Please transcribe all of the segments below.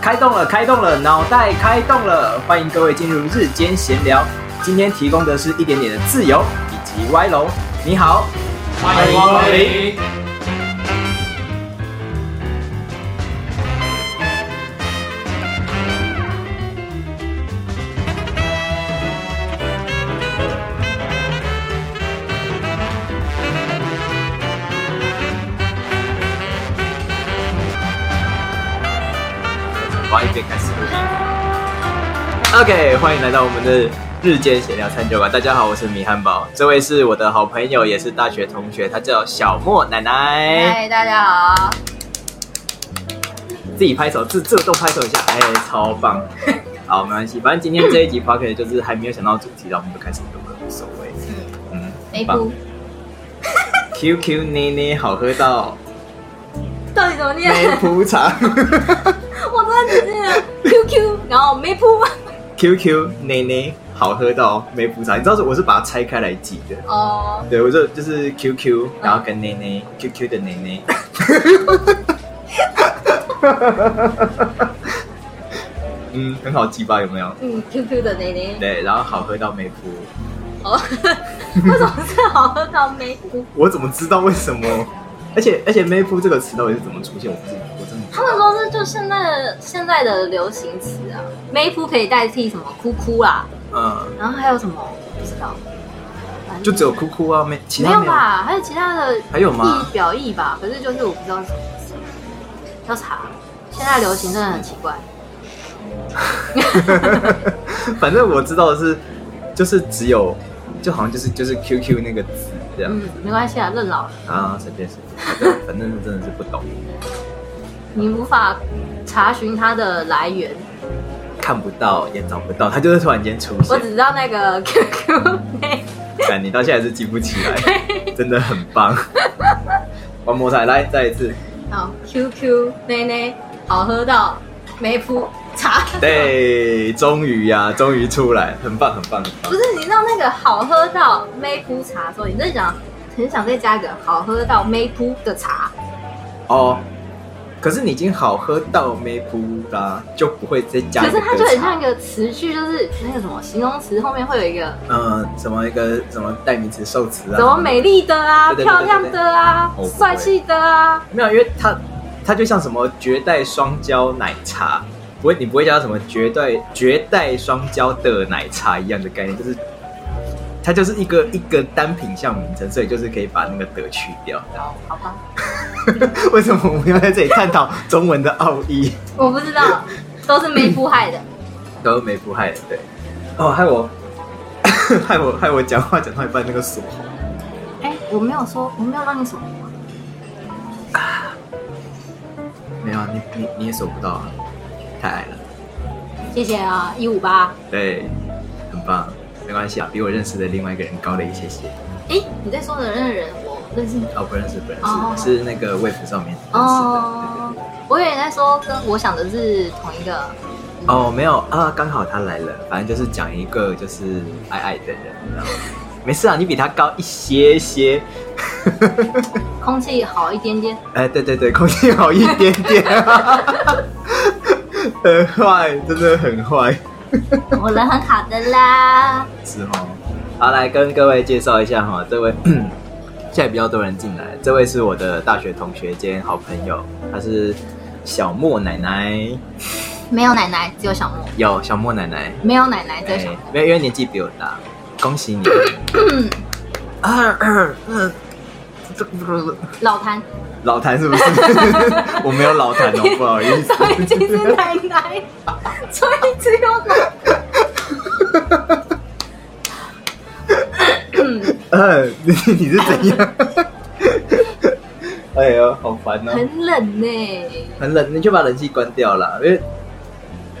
开动了，开动了，脑袋开动了！欢迎各位进入日间闲聊。今天提供的是一点点的自由以及歪楼。你好，欢迎光临。我要一边开始录音。OK，欢迎来到我们的日间闲聊餐酒馆。大家好，我是米汉堡，这位是我的好朋友，也是大学同学，他叫小莫奶奶。嗨，大家好。自己拍手，自自动拍手一下，哎，超棒！好，没关系，反正今天这一集 p o c k e t 就是还没有想到主题，然后我们就开始录了，无所谓。嗯，没棒哭， QQ 捏捏好喝 到到底怎么念？没铺 场 我真的只记得 QQ，然后没铺。 ，QQ 捏捏好喝到没铺场。你知道是我是把它拆开来记的，哦，对我就就是 QQ，然后跟捏捏嗯 QQ 的捏捏。 嗯，很好记吧？有没有？嗯，QQ 的奶奶。对，然后好喝到没铺，哦， 为什么是好喝到没哭？我怎么知道为什么？而且而且“妹夫”这个词到底是怎么出现？我不知，我真的不知他们道。说是就现在的现在的流行词啊，没哭可以代替什么哭哭啦，嗯，然后还有什么不知道，反正就只有哭哭啊，没其没他有没有。吧？还有其他的还有吗意表意吧？可是就是我不知道是什么意思，要查。现在流行真的很奇怪。 反正我知道的是，就是只有，就好像就是就是 QQ 那个字这样、嗯，没关系啊，认老了。啊，随便随便，反正反正真的是不懂，你无法查询它的来源，看不到也找不到，它就是突然间出我现只。知道那个 QQ 内但你到现在还是记不起 来，真的很棒。王魔彩来再一次，好 QQ 内内好喝到没铺茶，对，终于呀、终于出来，很棒很棒很棒不。是你知道那个好喝到没铺茶的时候，你真的想很想再加一个好喝到没铺的茶，哦，可是你已经好喝到没铺啦，就不会再加可一个是茶。它就很像一个词句，就是那个什么形容词后面会有一个嗯，什么一个什么代名词、受词啊？什么美丽的啊、对对对对漂亮的啊对对对、帅气的啊，没有，因为它它就像什么绝代双骄奶茶，不会你不会叫它什么绝代绝代双骄的奶茶一样的概念，就是它就是一个一个单品项名称，所以就是可以把那个的去掉。好好吧， 为什么我们要在这里探讨中文的奥义？我不知道，都是没铺害的。都没不害人，对。 哦，害我害我害我讲话讲到一半那个锁喉。 哎、我没有说，我没有让你什么。没有啊，你你你也锁不到啊，太矮了。谢谢啊，一五八。对，很棒，没关系啊，比我认识的另外一个人高了一些些。哎，你在说的那个人，我认识你哦，不认识，不认识，哦是那个微博上面认识的。哦。我以为你在说跟我想的是同一对对个。对哦，没有啊，刚好他来了，反正就是讲一个就是矮矮的人，然后 没事啊，你比他高一些些。空气好一点点， 哎，对对对，空气好一点点， 很坏，真的很坏，我人很好的啦。是哦。好，来跟各位介绍一下哈，这位 现在比较多人进来，这位是我的大学同学兼好朋友，她是小莫奶奶，没有奶奶，只有小莫。有小莫奶奶，没有奶奶，只有哎小莫。没有，因为年纪比我大，恭喜你。啊嗯嗯这个老谭， 老谭是不 是？我没有老谭哦，不好意 思。都 已经是奶奶，所以只有奶。呃，你你是怎样？ 哎呦，好烦哦！很冷呢、很冷，你就把冷气关掉了，因为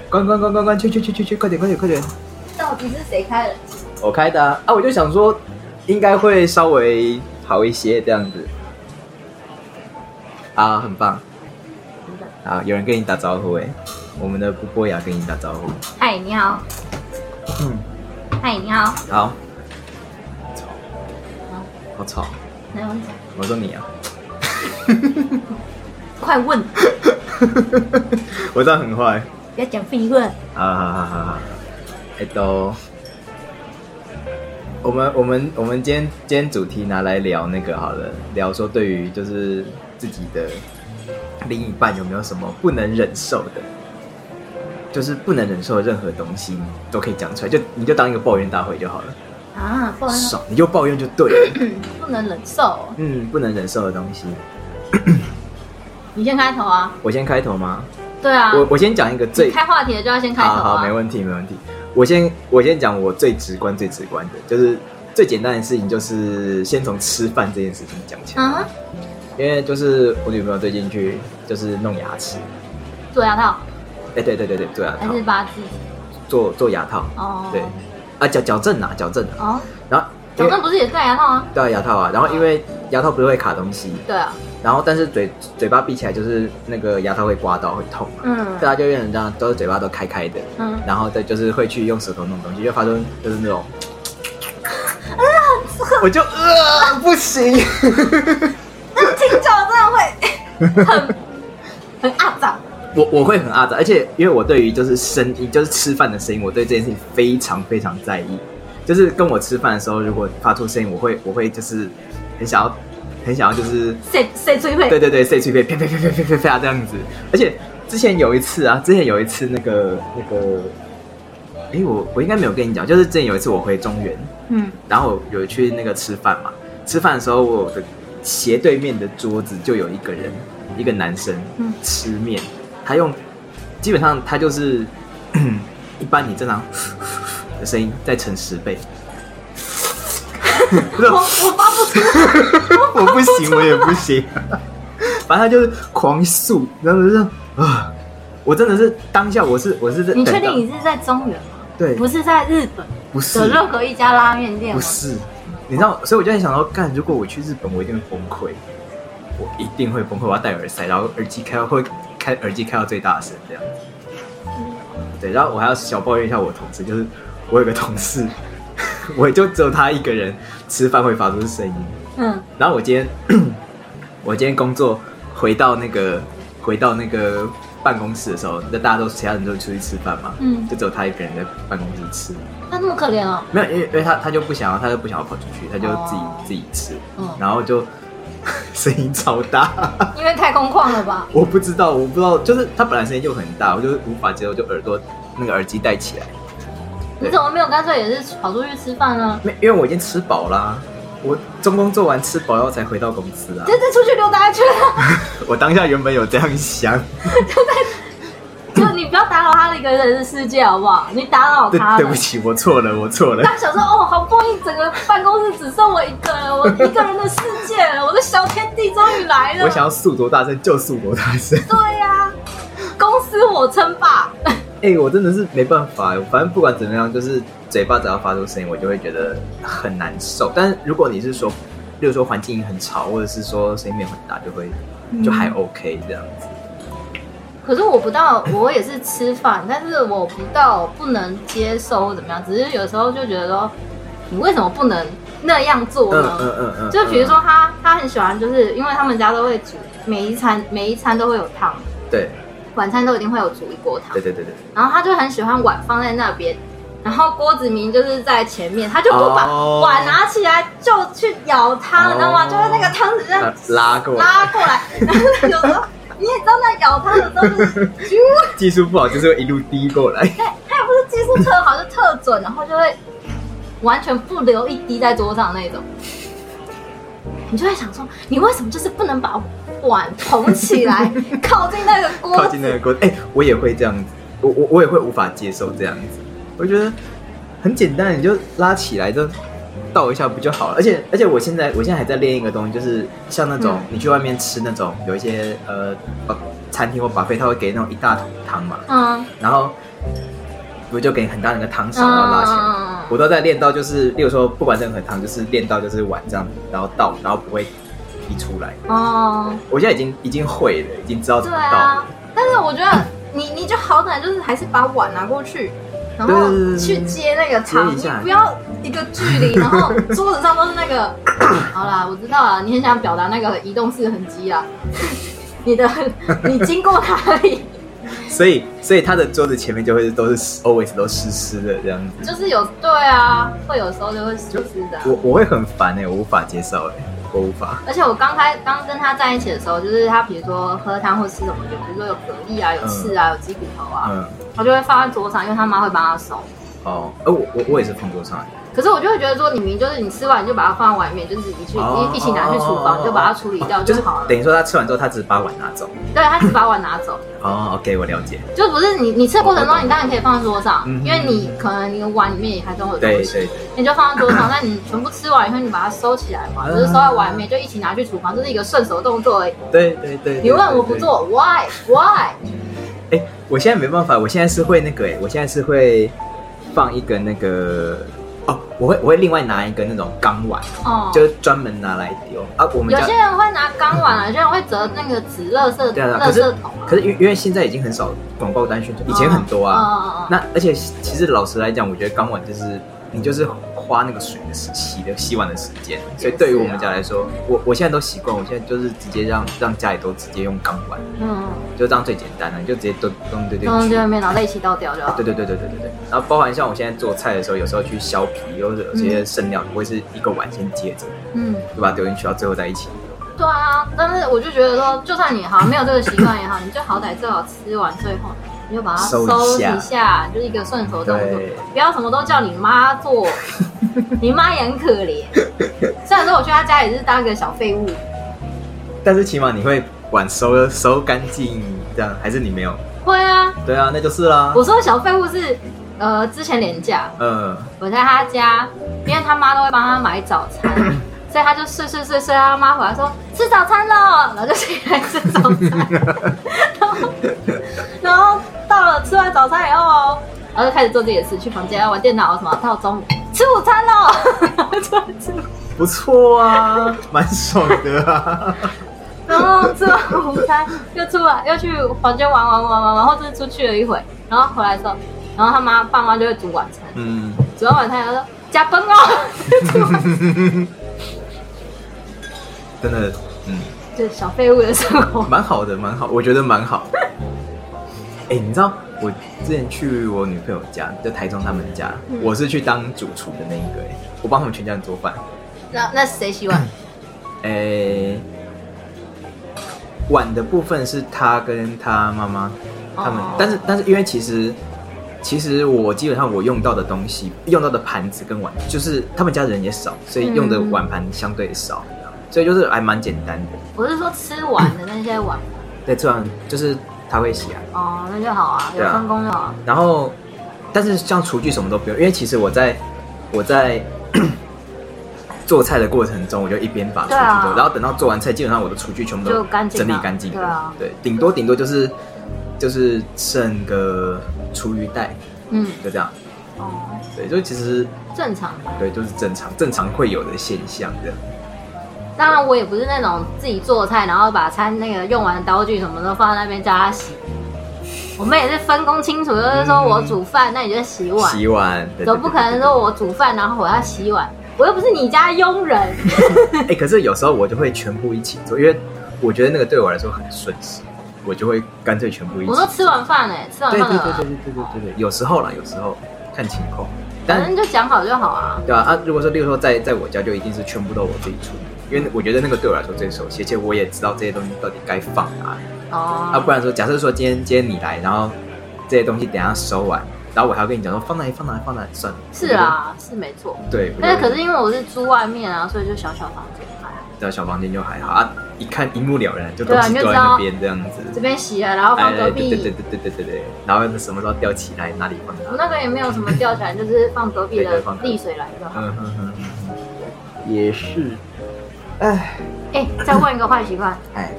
关关关关关，去去去去去，快点快点快点！到底是谁开的？我开的啊，啊我就想说应该会稍微好一些这样子。啊，很棒！啊，有人跟你打招呼哎，我们的波波雅跟你打招呼。嗨，你好。嗯，嗨，你好。好。吵，好吵！来，我们讲我说你啊，快问。我这样很坏不要讲废话。啊！好好好好，哎都，我们我们我们今天今天主题拿来聊那个好了，聊说对于就是自己的另一半有没有什么不能忍受的，就是不能忍受的任何东西都可以讲出来，就你就当一个抱怨大会就好了，啊，不然爽你就抱怨就对了，不能忍受。嗯，不能忍受的东西，你先开头啊。我先开头吗？对啊，我我先讲一个最你开话题的就要先开头好啊。好，没问题，没问题。我先我先讲我最直观、最直观的，就是最简单的事情，就是先从吃饭这件事情讲起。啊，因为就是我女朋友最近去就是弄牙齿，做牙套哎、对对对对，做牙啊还套是，八字？做做牙套，哦，对，啊矫矫正啊，矫正啊，哦，然后因矫为正不是也戴牙套吗？对啊牙套啊，然后因为牙套不是会卡东西，对啊，然后但是嘴嘴巴闭起来就是那个牙套会刮到会痛嘛，嗯对啊，就变成这样，都是嘴巴都开开的，嗯，然后再就是会去用舌头弄东西，就发出就是那种，我就呃不行，那听众 真的会很很阿长，我我会很阿杂，而且因为我对于就是声音，就是吃饭的声音，我对这件事情非常非常在意。就是跟我吃饭的时候，如果发出声音，我会我会就是很想要很想要就是谁谁最会？对对对，碎碎片，啪啪啪啪啪啪啪这样子。而且之前有一次啊，之前有一次那个那个，哎、我我应该没有跟你讲，就是之前有一次我回中原，嗯，然后有去那个吃饭嘛，吃饭的时候，我的斜对面的桌子就有一个人，一个男生，嗯吃面，他用基本上他就是 一般你正常 的声音再乘十倍， 不是我我发不出，我不行，我也不行。 反正他就是狂速，然后就是 啊，我真的是当下我是我是在你确等到定你是在中原吗？对不是在日本不是的任何一家拉面店不吗？是，你知道，所以我就在想说，干，如果我去日本，我一定会崩溃，我一定会崩溃，我要戴耳塞，然后耳机开到会开耳机开到最大声这样子。对，然后我还要小抱怨一下我同事，就是我有个同事， 我就只有他一个人吃饭会发出声音。嗯，然后我今天 我今天工作回到那个回到那个办公室的时候，那大家都其他人都出去吃饭嘛，嗯就只有他一个人在办公室吃。他那么可怜哦，没有，因为因为他他就不想要，他就不想要跑出去，他就自己、哦自己吃，嗯然后就 声音超大， 因为太空旷了吧？我不知道，我不知道，就是他本来声音就很大，我就是无法接受，就耳朵那个耳机戴起来，对你怎么没有干脆也是跑出去吃饭呢？没，因为我已经吃饱啦，我中工做完吃饱然后才回到公司啊这，次出去溜达一圈啊， 我当下原本有这样想， 就你不要打扰他的一个人的世界好不好？你打扰对他对了不。起，我错了，我错了， 大家想说哦，好不容易整个办公室只剩我一个人，我一个人的世界了，我的小天地终于来了。我想要诉多大声就诉多大声，对呀、公司我称霸。哎、我真的是没办法，反正不管怎么样，就是嘴巴只要发出声音，我就会觉得很难受。但是如果你是说，例如说环境很吵，或者是说声音没有很大，就会嗯就还 OK 这样子。可是我不到，我也是吃饭，但是我不到不能接收怎么样，只是有时候就觉得说，你为什么不能那样做嗯呢？嗯嗯嗯，就比如嗯，说他他很喜欢，就是因为他们家都会煮每一餐每一餐都会有汤，对晚餐都一定会有煮一锅汤对，对对对，然后他就很喜欢碗放在那边，然后郭子明就是在前面，他就不把哦碗拿起来就去舀汤，哦你知道吗？就是那个汤匙这样啊拉过来拉过来，然后有时候你也知道那舀汤的时候就是， 技术不好就是会一路滴过来。他也不是技术特好，就特准，然后就会完全不留一滴在桌上那种。你就会想说，你为什么就是不能把碗捧 起来，靠近那个锅靠子近那个锅，哎、我也会这样子，我我我也会无法接受这样子。我觉得很简单，你就拉起来就倒一下不就好了？而且而且我现在我现在还在练一个东西，就是像那嗯种、你去外面吃那种有一些呃呃餐厅或把费，他会给那种一大桶汤嘛，嗯，然后不就给你很大的那个汤勺，然后拉起来。嗯，我都在练到，就是例如说，不管任何汤，就是练到就是碗这样，然后倒，然后不会溢出来。哦。我现在已经已经会了，已经知道怎对么倒了啊。，但是我觉得你你就好歹就是还是把碗拿过去，然后对去接那个汤，接一你下不要一个距离，然后桌 子上都是那个。好啦，我知道了，你很想表达那个移动式痕迹啊， 你的你经过哪里，所以所以他的桌子前面就会都是 always 都湿湿的这样子。就是有对啊，会有时候就会湿湿的啊、我我会很烦哎、我无法接受哎、我无法。而且我刚开刚跟他在一起的时候，就是他比如说喝汤或吃什么，有比如说有蛤蜊啊、有刺啊、有鸡骨头啊，嗯，我就会放在桌上，因为他妈会帮他收。哦，呃，我我我也是放桌上来，可是我就会觉得说，你明明就是你吃完你就把它放在外面，就是你去、哦一一起拿去厨哦房，就把它处理掉就就是好了。等于说他吃完之后，他只是把碗拿走。对，他只把碗拿走，哦，OK，我了解。就不是你你吃的过程中，你当然可以放在桌上，嗯哼因为你可能你的碗里面也还都有对东西，对对，你就放在桌上。但你全部吃完以后，你把它收起来嘛，就是收在碗里面，就一起拿去厨房，这是一个顺手的动作而已。对对对，你问我不做，why why？哎、我现在没办法，我现在是会那个哎、我现在是会放一个那个哦，我会我会另外拿一个那种钢碗，哦，就是专门拿来丢啊。我们有家些人会拿钢碗啊，有些人会折那个纸垃圾对啊，垃可圾是桶啊。可是因为因为现在已经很少广告单宣传，以前很多啊。啊那而且其实老实来讲，我觉得钢碗就是你就是花那个水的时洗的洗碗的时间，所以对于我们家来说，我我现在都习惯，我现在就是直接让让家里都直接用钢碗，嗯，就这样最简单了，你就直接都咚对对刚刚在外面脑袋一起倒掉就好。对对对对对对对。然后包含像我现在做菜的时候，有时候去削皮，或者有些剩料，我会是一个碗先接着，嗯，就把它丢进去，到最后再一起丢。对啊，但是我就觉得说，就算你好像没有这个习惯也好，你就好歹最好吃完最后，你就把它收收一下一下，就是一个顺手动作对，不要什么都叫你妈做，你妈也很可 怜。虽然说我去她家也是当个小废物，但是起码你会碗收了收干净，这样还是你没有？会啊，对啊，那就是啦我。说的小废物是呃之前廉价，嗯， 我在他家，因为他妈都会帮他买早 餐，所以他就睡睡睡睡，他妈回来说吃早餐了，然后就起来吃早餐， 然后然后到了吃完早餐以后，哦然后就开始做自己的事，去房间哦玩电脑什么，到中午吃午餐了， 然后就吃，不错啊，蛮爽的啊。然后吃完午餐又出来又去房间玩玩玩玩，然后就是出去了一会，然后回来的时候，然后他妈爸妈就会煮晚餐，嗯，煮完晚餐以后说加班哦， 真的，嗯，就是小废物的生活。蛮好的，蛮好，我觉得蛮好。哎、你知道我之前去我女朋友家，就台中他们家，嗯我是去当主厨的那一个、哎，我帮他们全家人做饭。那那谁洗碗？诶、碗的部分是他跟他妈妈他们，哦但是但是因为其实其实我基本上我用到的东西，用到的盘子跟碗，就是他们家人也少，所以用的嗯碗盘相对少，所以就是还蛮简单的。我是说吃完的那些碗对，这样就是他会洗啊，哦，那就好啊，有对啊分工就好啊。然后但是像厨具什么都不用，因为其实我在我在 做菜的过程中，我就一边把厨具对啊丢，然后等到做完菜，基本上我的厨具全部都就干净了整理干净了，对啊对，顶多顶多就是就是剩个厨余袋，嗯，就这样，哦，对，就其实正常。对，就是正常正常会有的现象这样。当然，我也不是那种自己做菜，然后把餐那个用完的刀具什么都放在那边叫他洗。我们也是分工清楚，就是说我煮饭，那你就洗碗，洗碗，对总不可能。说我煮饭，然后我要洗碗，我又不是你家 佣人。哎、可是有时候我就会全部一起做，因为我觉得那个对我来说很顺手，我就会干脆全部一起我做。都吃完饭哎，吃完对饭对了对对啊，对对对对对，有时候啦，有时候看情况，反但正就讲好就好啊。对啊啊，如果说例如说在在我家，就一定是全部都我自己处理，因为我觉得那个对我来说最熟悉，而且我也知道这些东西到底该放哪里啊，哦不，然说假设说今天今天你来，然后这些东西等一下收完，然后我还要跟你讲说放哪里放哪里放哪里算了，是啊，是没错。我觉得，对，但是可是是因为我是租外面啊，所以就小小房间嘛。在小房间就还好啊，一看一目了然，就对东啊西你就都在知道那边这样子，哎这边洗啊了，然后放隔对对对壁。对对对对对，然后什么时候吊起来哪里放哪我里们，那个也没有什么吊起来，就是放隔壁对对的放隔壁沥水来就好。嗯哼哼哼哼，也是，哎。哎、再问一个坏习惯，哎，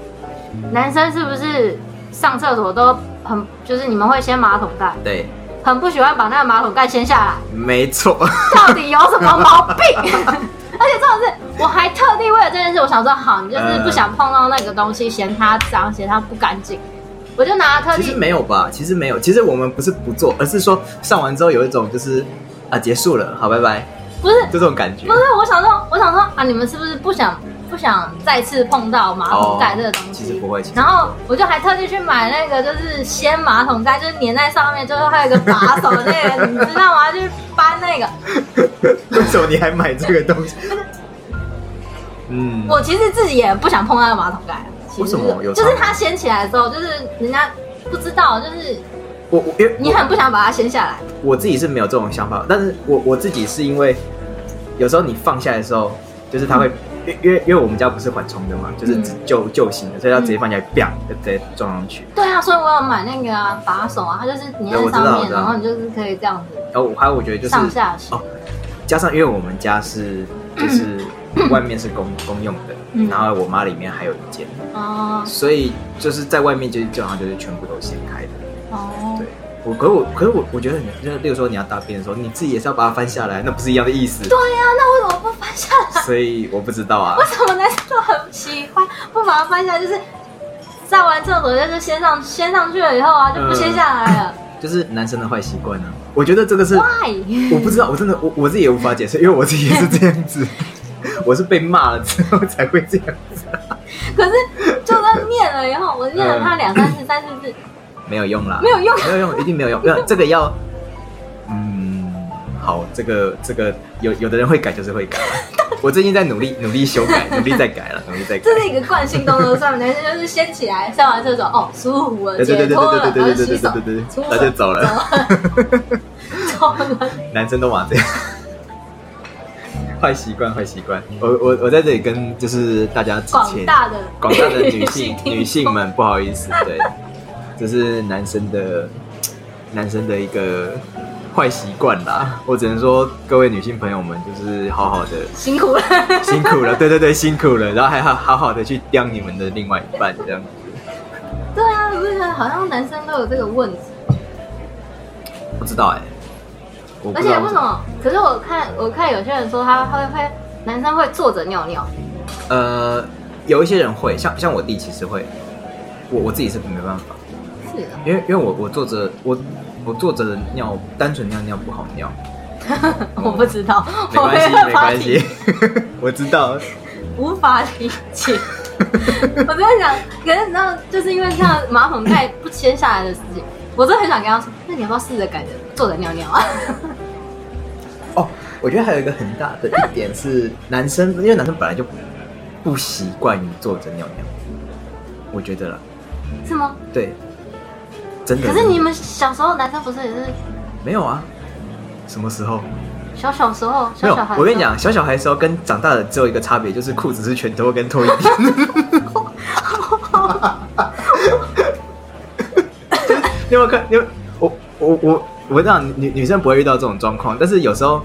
男生是不是上厕所都很，就是你们会掀马桶盖，对，很不喜欢把那个马桶盖掀下 来，没错，到底有什么毛病？ 而且重点是，我还特地为了这件事，我想说，好，你就是不想碰到那个东西，嫌它脏，嫌它不干净，我就拿特其实地，没有吧，其实没有，其实我们不是不做，而是说上完之后有一种就是啊结束了，好拜拜，不是就这种感觉不。是，我想说，我想说啊，你们是不是不想不不想再次碰到马桶盖这个东哦西。其实不会其实不会然后我就还特地去买那个，就是掀马桶盖，就是粘在上面，就是还有一个把手那个，你知道吗？就是搬那个。 为什么你还买这个 东西？嗯，我其实自己也不想碰那个马桶盖。其实是为什么有差就吗是它掀起来的时候，就是人家不知道，就是我我因为你我很不想把它掀下来。我自己是没有这种想法，但是我我自己是因为有时候你放下来的时候，就是它会，因因为因为我们家不是缓冲的嘛，就是嗯旧旧型的，所以它直接放下来，砰、就直接撞上去。对啊，所以我有买那个啊把手啊，它就是粘对我在知道上我面，知道然后你就是可以这样子然后呃我还有我觉得就是上下洗。哦加上因为我们家是就是外面是公公用的，嗯然后我妈里面还有一间，哦所以就是在外面就是基本上就是全部都掀开的。哦对，我可是我可是我我觉得你就是例如说你要大便的时候，你自己也是要把它翻下来，那不是一样的意思？对啊呀、那为什么不翻下来？所以我不知道啊为。什么男生都很喜欢不把它翻下来？就是上完厕所就是先上先上去了以后啊，就不掀下来了。就是男生的坏习惯呢。啊我觉得这个是 Why？我不知道，我真的我我自己也无法解释，因为我自己也是这样 子，我是被骂了之后才会这样。可是就算念了以后，我念了它两三次、三四次，没有用啦，没有用没有用，一定没有用。没有这个要，嗯，好，这个这个有有的人会改，就是 会改。我最近在努力努力修改，努力再改了，努力再改这。是一个惯性动作。上面男生就是掀起来，上完厕所哦，舒服了，对对对解对脱了，对然后对对对洗对手对，对对，出他就走了。走了。男生都往这样。坏习惯，坏习惯。我我我在这里跟就是大家之广前大的广大的女 性听众女性们，不好意思，对，这是男生的男生的一个坏习惯啦。我只能说，各位女性朋友们，就是好好的辛苦了。辛苦了，对对对，辛苦了，然后还好好好的去刁你们的另外一半，这样。对啊，你不觉得好像男生都有这个问题？不知道哎、我不而知且道为什？么？可是我看我看有些人说他会会男生会坐着尿尿，呃，有一些人会，像像我弟其实会，我我自己是没办法。是的，因为因为我我坐着我我坐着的尿单纯尿尿不好尿， 我不知道，没我关 系办没法关理系， 我知道，无法理 解。我在想，可是你知道，就是因为像马桶盖不掀下来的事情，我真的很想跟他说，那你要不要试着改着坐着尿尿啊？ 哦，我觉得还有一个很大的一点是男生，因为男生本来就不习惯于坐着尿尿，我觉得啦，是吗？对，真的。可是你们小时候男生不是也是没有啊？什么时候？小小时候没小有小孩？，我跟你，讲，小小孩的时候跟长大的只有一个差别，就是裤子是全脱跟脱一点。你有没有看？你有我我我我知道女女生不会遇到这种状况，但是有时候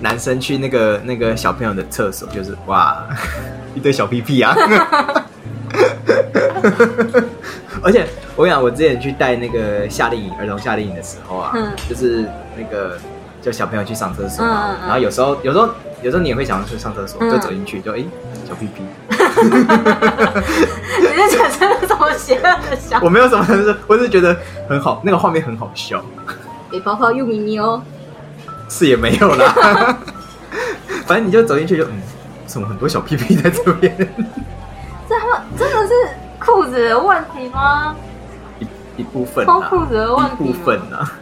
男生去那个那个小朋友的厕所，就是哇， 一堆小屁屁啊！而且我跟你讲，我之前去带那个夏令营儿童夏令营的时候啊，嗯就是那个就小朋友去上厕所嘛，嗯嗯嗯然后有时候有时候有时候你也会想要去上厕所，嗯就走进去就哎、诶小屁屁，你是产生了什么邪恶的想法？我没有什么，我是觉得很好，那个画面很好笑。给泡泡用咪咪哦。是也没有啦。 反正你就走进去就嗯，怎么很多小屁屁在这边？ 这他们真的是裤子的问题吗？一一部分脱啦，裤子的问一题吗部分啦。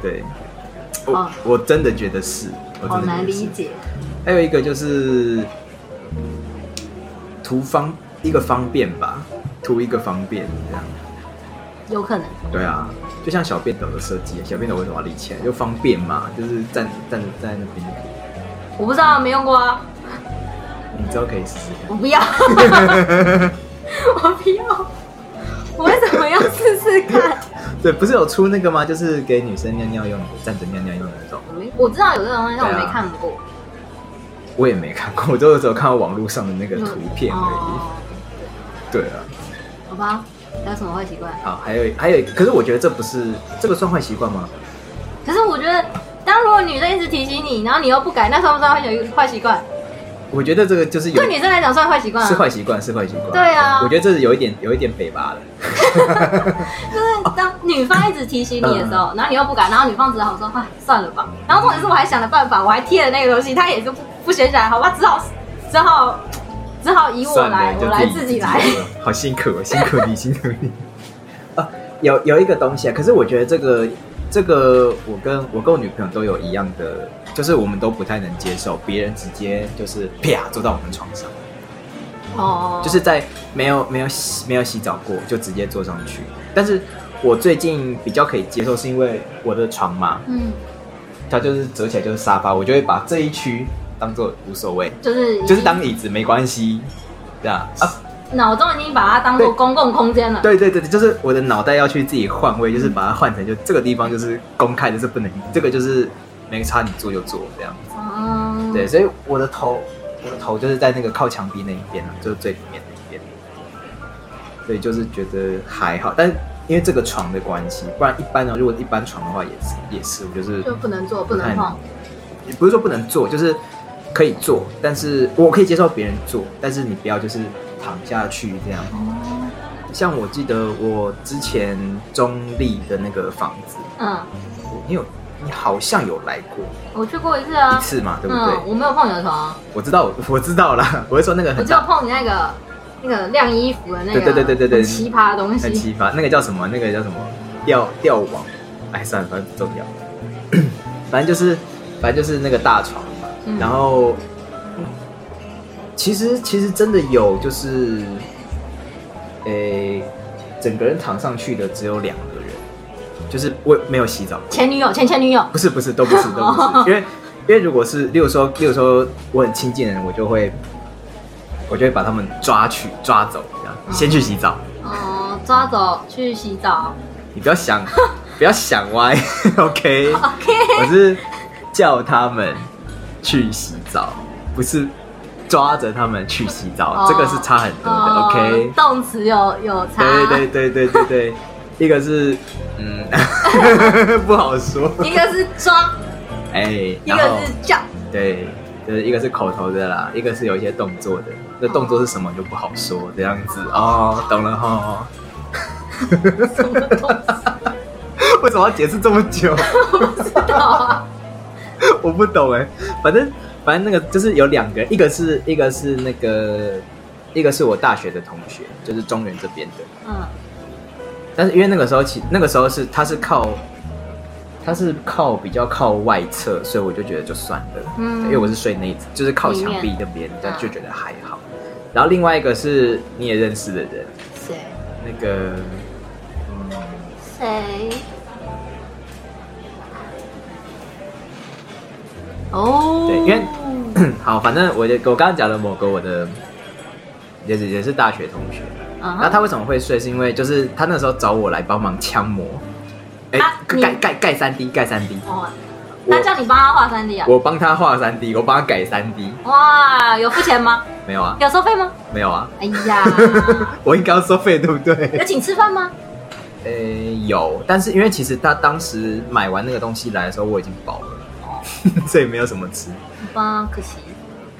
对，我、哦我真的觉得是，我好真的觉得是难理。解。还有一个就是图方一个方便吧，图一个方便这样。有可能，对啊，就像小便斗的设计，小便斗为什么要立起来？就方便嘛，就是站站在那边，我不知道，没用过啊，你之后可以试试我不要，我不要，我为什么要试试看？看。对，不是有出那个吗？就是给女生尿尿用的，站着尿尿用的那种。我没，我知道有这种东西，但我对没啊看过。我也没看过， 我都只有看到网络上的那个图片而已。哦对啊，好吧，还有什么坏习惯？好，还有还有一个，可是我觉得这不是这个算坏习惯吗？可是我觉得，当如果女生一直提醒你，然后你又不改，那算不算坏习坏习惯？我觉得这个就是有对女生来讲算坏习惯啊，是坏习惯，是坏习惯。对啊我觉得这是有一点有一点北吧的。 就是当女方一直提醒你的嗯时候，然后你又不敢，然后女方只好说：“哎，算了吧。”然后或者是我还想了办法，我还贴了那个东西，他也是不不写起来，好吧，只好只好只好以我算来了，，我就来自自己来。做了好辛苦哦，辛苦 你，辛苦你。啊，有有一个东西啊，可是我觉得这个这个，我跟我跟我女朋友都有一样的，就是我们都不太能接受别人直接就是啪坐到我们床上，哦，就是在没有没有洗没有洗澡过就直接坐上去。但是我最近比较可以接受，是因为我的床嘛，嗯，它就是折起来就是沙发，我就会把这一区当做无所谓，就是已经就是当椅子没关系，这样啊。脑中已经把它当做对公共空间了。对对对，对就是我的脑袋要去自己换位，就是把它换成就这个地方就是公开的，是不能，这个就是没差，你做就做这样。嗯，对，所以我的头，我的头就是在那个靠墙壁那一边啊，就是最里面那一边。所以就是觉得还好，但是因为这个床的关系，不然一般哦呢，如果一般床的话也是也是，我就是就不能做，不不太能碰。也不是说不能做，就是可以做，但是我可以接受别人做，但是你不要就是躺下去这样。哦，像我记得我之前中立的那个房子，嗯，我你有你好像有来过我去过一次啊一。次嘛，对不对？嗯，我没有碰你的床，我知道，我知道啦。 我是说那个我很只有大碰你那个那个晾衣服的那个，对对对对对对奇葩的东很西。奇葩，那个叫什么？那个叫什么？吊吊网？哎，算了，反正不重要。 反正就是，反正就是那个大床嘛。嗯然后，嗯其实其实真的有，就是，诶、整个人躺上去的只有两个人，就是我没有洗澡。前女友，前前女友，不是不是，都不是都不是，因为因为如果是，例如说，例如说我很亲近的人，我就会我就会把他们抓去抓走，这样嗯先去洗澡，哦，抓走去洗澡。你不要想不要想歪，OK， OK，我是叫他们去洗澡，不是抓着他们去洗澡，这个是差很多的哦，OK，动词有有差。对对对对对对，一个是嗯不好说，一个是抓，哎，一然后。个是叫。 对，就是一个是口头的啦，一个是有一些动作的。那动作是什么就不好说，这样子哦，懂了哈。 什么东西为什么要解释这么久？不知道啊？我不懂哎。反正反正那个就是有两个，一个是一个是那个，一个是我大学的同学，就是中原这边的。嗯，但是因为那个时候其那个时候是他是靠他是靠比较靠外侧，所以我就觉得就算了。嗯因为我是睡内就是靠墙里壁那边，但嗯就觉得还好。然后另外一个是你也认识的人。谁那个，谁？哦，对因为嗯， 好，反正我就我刚刚讲的某个我的，也是也是大学同学，嗯然后哼，他为什么会睡，是因为就是他那时候找我来帮忙枪模，哎、啊你盖盖盖三 D 盖三 D，哦，他我叫你帮他画三 D 啊？我帮他画三 D，我帮他改三 D，哇，有付钱吗？没有啊，有收费吗？没有啊，哎呀，我应该要收费对不对？有请吃饭吗？呃、有，但是因为其实他当时买完那个东西来的时候，我已经饱了， 所以没有什么吃。吧，可惜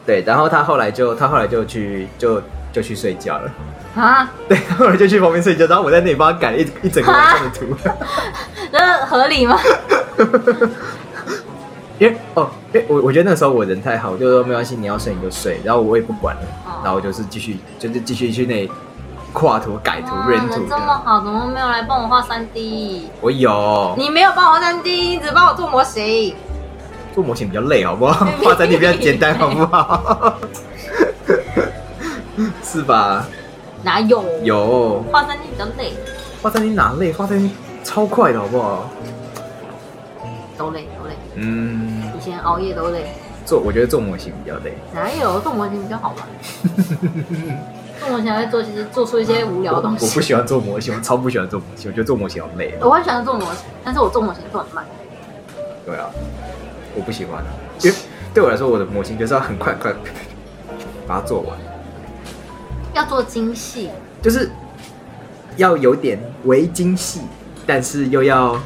对，然后他后来就他后来就去就就去睡觉了。啊， 对，然后我就去旁边睡觉，然后我在那里帮他改了一一整个晚上的图，这合理吗？ 因为哦，因为我我觉得那时候我人太好，我就说没关系，你要睡你就睡，然后我也不管了，哦然后我就是继续就是继续去那里跨图改图哇认人图这这么样。好，怎么没有来帮我画三 D？我有你没有帮我画三 D，只帮我做模型。做模型比较累，好不好？画整体比较简单，好不 好？是吧？哪有？有画三 D 比较累，画三 D 哪累？画三 D 超快的，好不好？都累都累，嗯，以前熬夜都累。做我觉得做模型比较累。哪有做模型比较 好玩？做模型还会做，其实做出一些无聊我的东我不西。喜欢做模型，我超不喜欢做模型，我觉得做模型好累。我很喜欢做模型，但是我做模型做很慢。对啊，我不喜欢啊，因为对我来说，我的模型就是要很快快把它做完，要做精细，就是要有点微精细，但是又要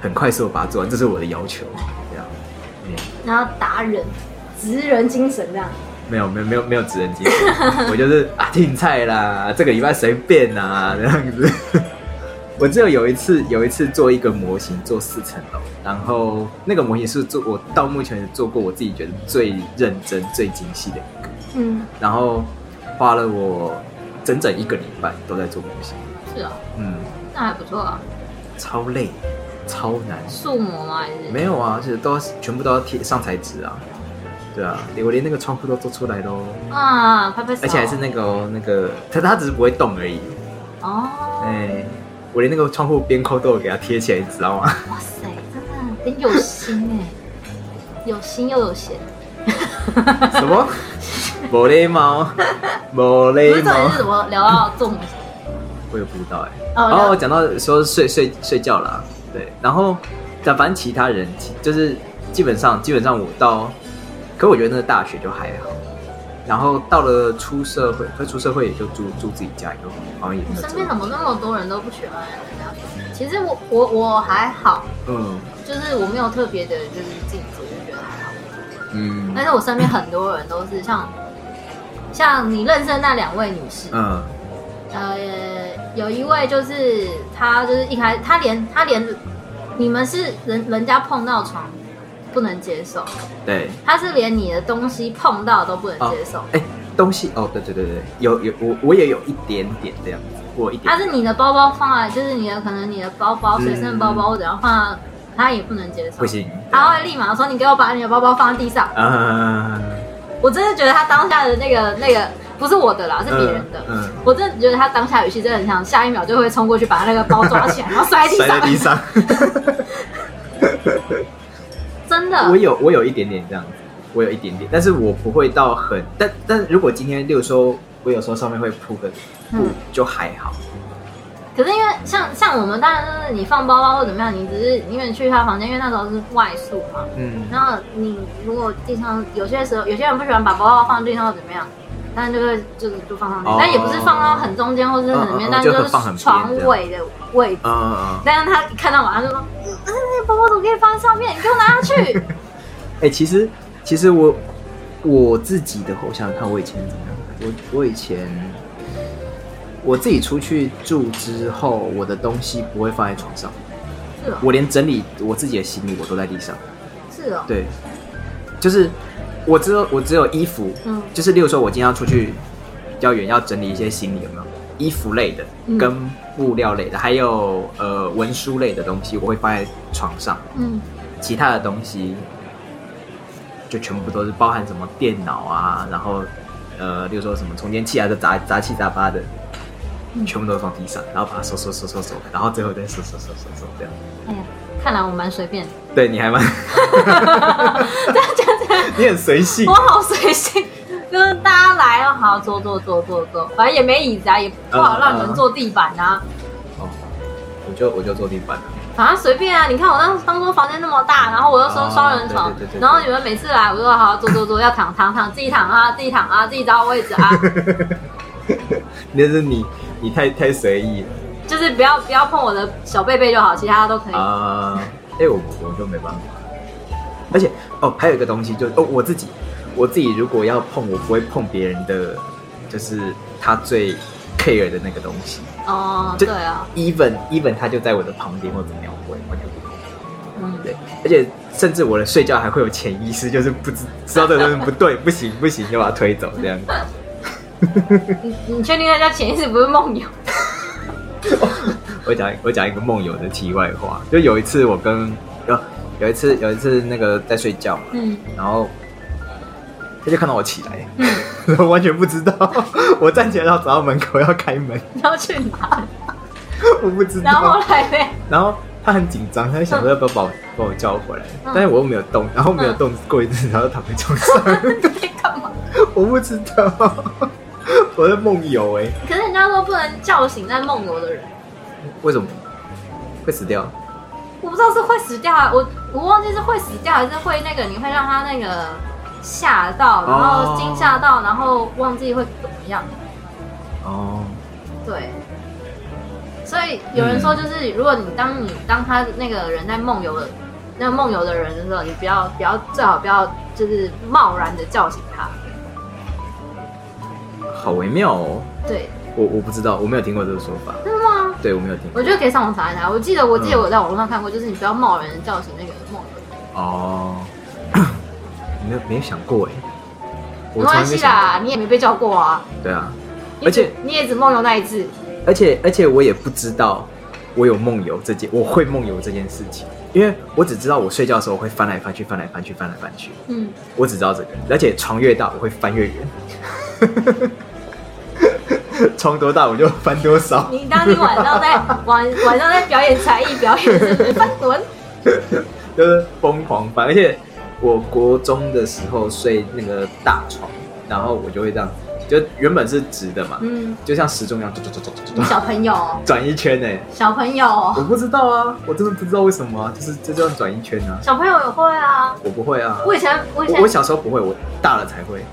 很快速地把它做完，这是我的要求。这样，然后达人、职人精神这样。没有没有没有没有职人精神， 我就是啊听菜啦，这个礼拜随便啦这样子。 我只有有一次，有一次做一个模型，做四层楼，然后那个模型是做我到目前为止做过我自己觉得最认真、最精细的一个。嗯，然后花了我整整一个礼拜都在做模型，是哦，嗯，那还不错啊。超累，超难，塑模吗？还是没有啊，就是都要全部都要贴上材质啊，对啊，我连那个窗户都做出来喽，啊？拍拍手，而且还是那个哦、那个，它它只是不会动而已，哦，哎、我连那个窗户边扣都有给它贴起来，你知道 吗？哇塞，真的很有心 哎，有心又有闲。什么？某雷猫，某不雷是重点猫是，怎么聊到做模型？我也不知道哎、哦然后了我讲到说睡睡睡觉啦，对，然后但反正其他人其就是基本上基本上我到，可我觉得那个大学就还好，然后到了出社会，可出社会也就住住自己家，以后好像也 没你有身怎边怎么，么那么多人都不喜欢人家学？其实我我我还好，嗯就是我没有特别的，就是禁止，我就觉得还好。嗯但是我身边很多人都是像像你认识的那两位女士，嗯，呃，有一位就是她就是一开她连她连你们是人人家碰到床不能接受，对，她是连你的东西碰到都不能接受，哎、东西哦，对对对对，有有我我也有一点点这样子，我有一点她是你的包包放在就是你的可能你的包包嗯随身的包包或者要放在，她也不能接受不。行，她会立马说：“你给我把你的包包放在地上。啊，”我真的觉得她当下的那个那个不是我的啦，是别人的。嗯，嗯我真的觉得他当下语气真的很像，下一秒就会冲过去把那个包抓起来，然后摔在地摔嗯在上。地上。 真的我，有我有一点点这样子，我有一点点，但是我不会到很，但但如果今天，例如说，我有时候上面会铺个布嗯，就还好，可是因为像像我们当然就是你放包包或怎么样，你只是因为去他房间，因为那时候是外宿嘛。嗯，然后你如果地上有些时候有些人不喜欢把包包放地上或怎么样，但是就会就是就放上去，哦但也不是放到很中间或是很里嗯嗯面，嗯但是就就是很放很边是床尾的位置。嗯嗯，但是他一看到我，他就说：“嗯，那包包怎么可以放在上面？你给我拿下去！”哎、其实其实我我自己的话，我想想看，我以前怎么样？我我以前我自己出去住之后，我的东西不会放在床上，是哦，我连整理我自己的行李我都在地上，是哦，对，就是我只有我只有衣服，嗯就是例如说，我今天要出去比较远，要整理一些行李，有没有？衣服类的、嗯跟布料类的，还有呃文书类的东西，我会放在床上。嗯，其他的东西就全部都是包含什么电脑啊，然后呃，例如说什么充电器啊，这杂杂七杂八的，嗯全部都放地上，然后把它收收收收收，然后最后再收收收收收这样。哎呀，看来我蛮 随便的。对，你还蛮，这样讲起来，你很随性我。好随性，就是大家来哦，好坐坐坐坐坐，反正也没椅子啊，也不好让你们坐地板啊，哦，我就我就坐地板了。反正随便啊。你看我当当初房间那么大，然后我又说哦双人床对对对对，对然后你们每次来，我就说好好坐坐坐，要躺躺躺，自己躺啊，自己躺啊，自己找位置 啊，那是你，你太太随意了。就是不要不要碰我的小贝贝就好，其他都可以。啊，哎、我我就没办法。而且哦，还有一个东西就哦，我自己我自己如果要碰，我不会碰别人的，就是他最 care 的那个东西。哦，这对啊， even even 他就在我的旁边或怎么样，我也完全不碰。嗯，对，而且甚至我的睡觉还会有潜意识，就是不知知道这个东西不对，不行不行，就把它推走这样子。 你你确定那家潜意识不是梦游？我讲我讲一个梦游的题外话，就有一次我跟有有一次有一次那个在睡觉嘛，嗯然后他就看到我起来，嗯，我 完全不知道， 我站起来然后走到门口要开门， 你要去哪？我不知然后后道，来呗，然后他很紧张，他就想说要不要把我把我叫回来，嗯但是我又没有动，然后没有嗯动，过一阵子然后躺在床上，你在干嘛？ 我不知道， 我在梦游哎，可是人家说不能叫醒在梦游的人，为什么会死掉？我不知道是会死掉，啊我我忘记是会死掉还是会那个，你会让他那个吓到，然后惊吓到，然后忘记会怎么样。哦，对，所以有人说，就是如果你当你当他那个人在梦游的，那个梦游的人的时候，你不要不要最好不要就是贸然的叫醒他。好微妙哦，对，我我不知道，我没有听过这个说法，真的吗？对我没有听过我觉得可以上网查一下。我记得我记得嗯我在网络上看过，就是你不要贸然的叫 醒那个梦游的人。哦，没有没有想过哎，我从没来关没系想啦，你也没被叫过啊，过。对啊，你而且你也只梦游那一次，而且而且我也不知道我有梦游这件，我会梦游这件事情，因为我只知道我睡觉的时候会翻来翻去，翻来翻去，翻来翻去，嗯，我只知道这个，而且床越大我会翻越远， 床多大我就翻多少。 你当你晚上在晚晚上在表演才艺表演是不是翻滚，就是疯狂翻，而且我国中的时候睡那个大床，然后我就会这样，就原本是直的嘛， 嗯，就像时钟一样，转转转转转你转小朋友哦，转一圈呢、欸小朋友哦，我不知道啊，我真的不知道为什么啊，就是就这样转一圈啊，小朋友也会啊，我不会啊，我以前我以前我我小时候不会，我大了才会。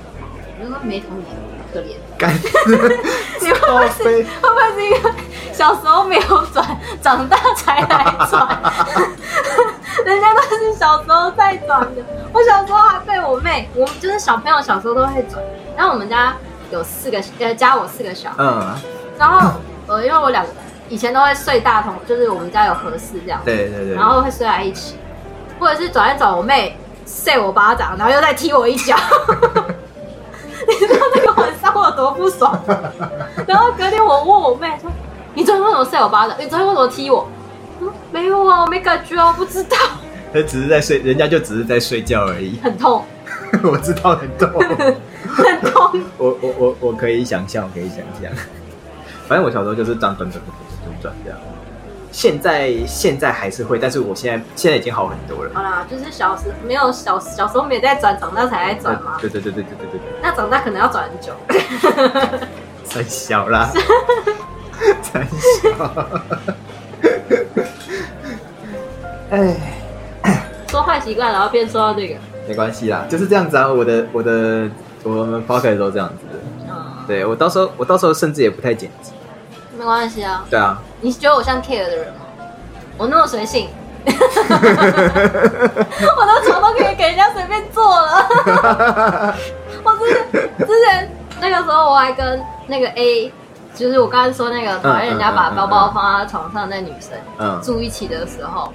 因为没童年，可怜。干， 你会不会是高飞会不会是因为小时候没有转，长大才来转？ 人家都是小时候在转的，我小时候还被我妹，我就是小朋友小时候都会转。然后我们家有四个，呃，加我四个小，嗯，然后呃，因为我两个以前都会睡大同，就是我们家有合适这样，对对对，然后会睡在一起，或者是转一转我妹扇我巴掌，然后又再踢我一脚。 你知道那个晚上我有多不爽？ 然后隔天我问我妹说：“你昨天为什么扇我巴掌？你昨天为什么踢我？”我说没有啊，我没感觉啊，我不知道， 他只是在睡，人家就只是在睡觉而已。 很痛，我知道很 痛，很 痛。我我我我可以想象，我可以想象。反正我小时候就是这样转转转转转转这样。现在现在还是会，但是我现在现在已经好很多了。好啦，就是小时没有小小时候没在转，长大才在转嘛。对对对对对对对对，那长大可能要转很久。 太小啦，太小。哎。说坏习惯，然后变说到这个，没关系啦，就是这样子啊。我的我的我们 p o c k e t 都这样子的。嗯，对我到时候我到时候甚至也不太剪辑。没关系啊。对啊，你觉得我像 care 的人吗？我那么随性， 我的床都可以给人家随便坐了。 我之前之前那个时候我还跟那个 A，就是我刚才说那个讨厌人家把包包放在床上那女生嗯住一起的时候，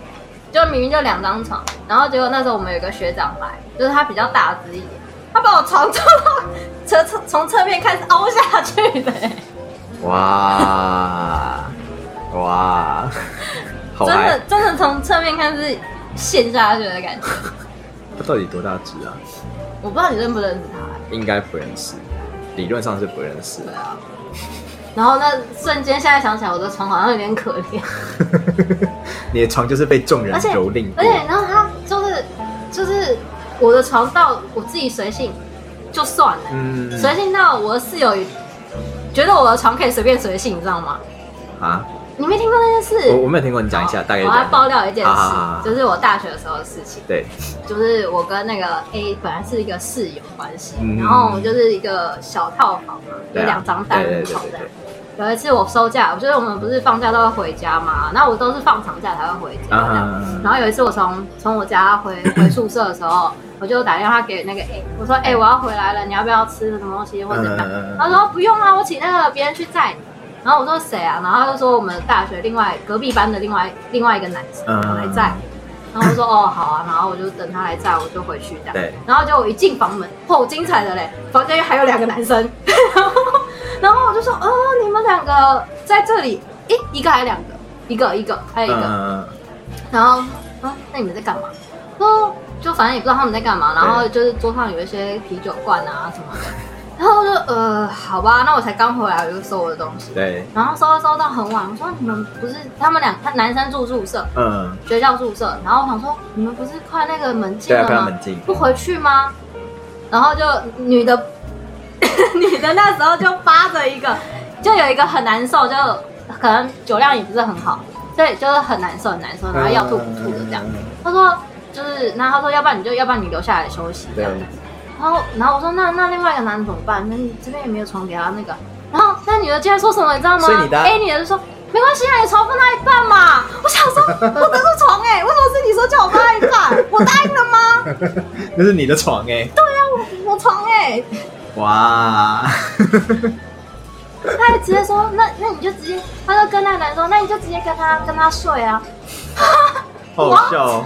就明明就两张床，然后结果那时候我们有个学长来，就是他比较大只一点，他把我床坐 到侧侧从侧面开始凹下去的、哇 哇，好真嗨的！真的从侧面看是陷下去的感 觉。他到底多大只啊？我不知道你认不认识他、欸应该不认识，理论上是不认识。对啊。然后那瞬间，现在想起来，我的床好像有点可怜， 你的床就是被众人而且蹂躏过而且，你知道他就是就是我的床到我自己随性就算了，嗯随、性到我的室友也觉得我的床可以随便随性，你知道吗？啊，你没听过那件事？我我没有听过，你讲一下，大概我要讲一下。爆料一件事，好好好好就是我大学的时候的事情。对，就是我跟那个 A 本来是一个室友关系，嗯然后我们就是一个小套房嘛，有对啊两张单人床对的对对对。有一次我收假，就是我们不是放假都会回家嘛，那我都是放长假才会回家。啊这样然后有一次我从从我家回回宿舍的时候，我就打电话给那个 A，我说：“哎、我要回来了，你要不要吃什么东西或者怎么样？”嗯他说：“不用啊，我请那个别人去载你。”然后我说：“谁啊？”然后他就说：“我们大学另外隔壁班的另外另外一个男生嗯来载。”然后我说哦好啊，然后我就等他来载，我就回去这样。对。然后结果我一进房门，哦精彩的嘞，房间还有两个男生， 然后然后我就说哦你们两个在这里，诶一个还是两个？一个一个还有一个，嗯，然后啊那你们在干嘛？说就反正也不知道他们在干嘛，然后就是桌上有一些啤酒罐啊什么的，然后我就呃好吧，那我才刚回来我就收我的东西，对，然后收收收到很晚，我说你们不是他们两他男生住宿舍，嗯，学校宿舍，然后我想说你们不是快那个门禁对啊，了快要吗？门禁。不回去吗？然后就女的， 女的那时候就扒着一个，就有一个很难受，就可能酒量也不是很好，所以就是很难受很难受，然后要吐不吐的这样。他说就是，然后他说要不然你就要不然你留下来休息这对样。然后然后我说那那另外一个男的怎么办？那你这边也没有床给他那个。然后那女的竟然说什么你知道吗？所以你的 A 女的就说没关系啊，你床放他一半嘛。我想说，我这个床哎、为什么是你说叫我放他一 半？我答应了吗？ 啊那是你的床哎、我床哎、哇， 他还直接说，那那你就直接，他就跟那个男说，那你就直接跟他跟他睡啊。好笑哦。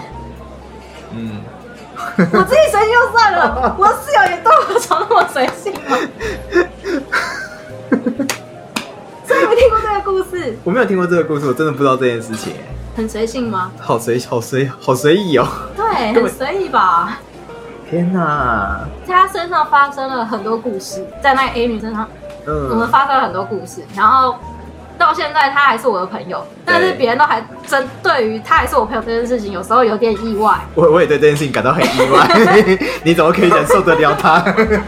嗯，我自己随性就算了，我室友也对我床那么随性吗？所以你们听过这个故事？我没有听过这个故事，我真的不知道这件事情、欸很随性吗？好随好随好随意哦！对，根很本随意吧。天哪，在他身上发生了很多故事，在那个 A 女身上，我们嗯，发生了很多故事，然后到现在他还是我的朋友，但是别人都还针对于他还是我朋友这件事情，有时候有点意外。我我也对这件事情感到很意外， 你怎么可以忍受得了他？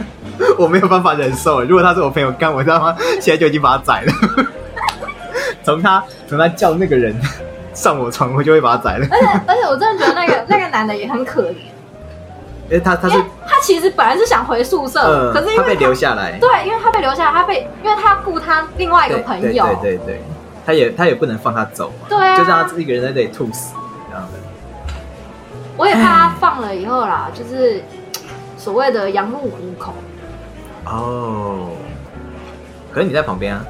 我没有办法忍受，欸如果他是我朋友干，我他妈现在就已经把他宰了。 从他从他叫那个人上我床，我就会把他宰了。而 且而且我真的觉得那个那个男的也很可怜，因为他他因是为他其实本来是想回宿舍，呃，可是因他为被留下来，对，因为他被留下来，他被因为他顾他另外一个对朋对友，对对对，他也他也不能放他走嘛，对啊就让他一个人在这里吐死这样的。我也怕他放了以后啦，就是所谓的羊入虎口。哦，可是你在旁边啊。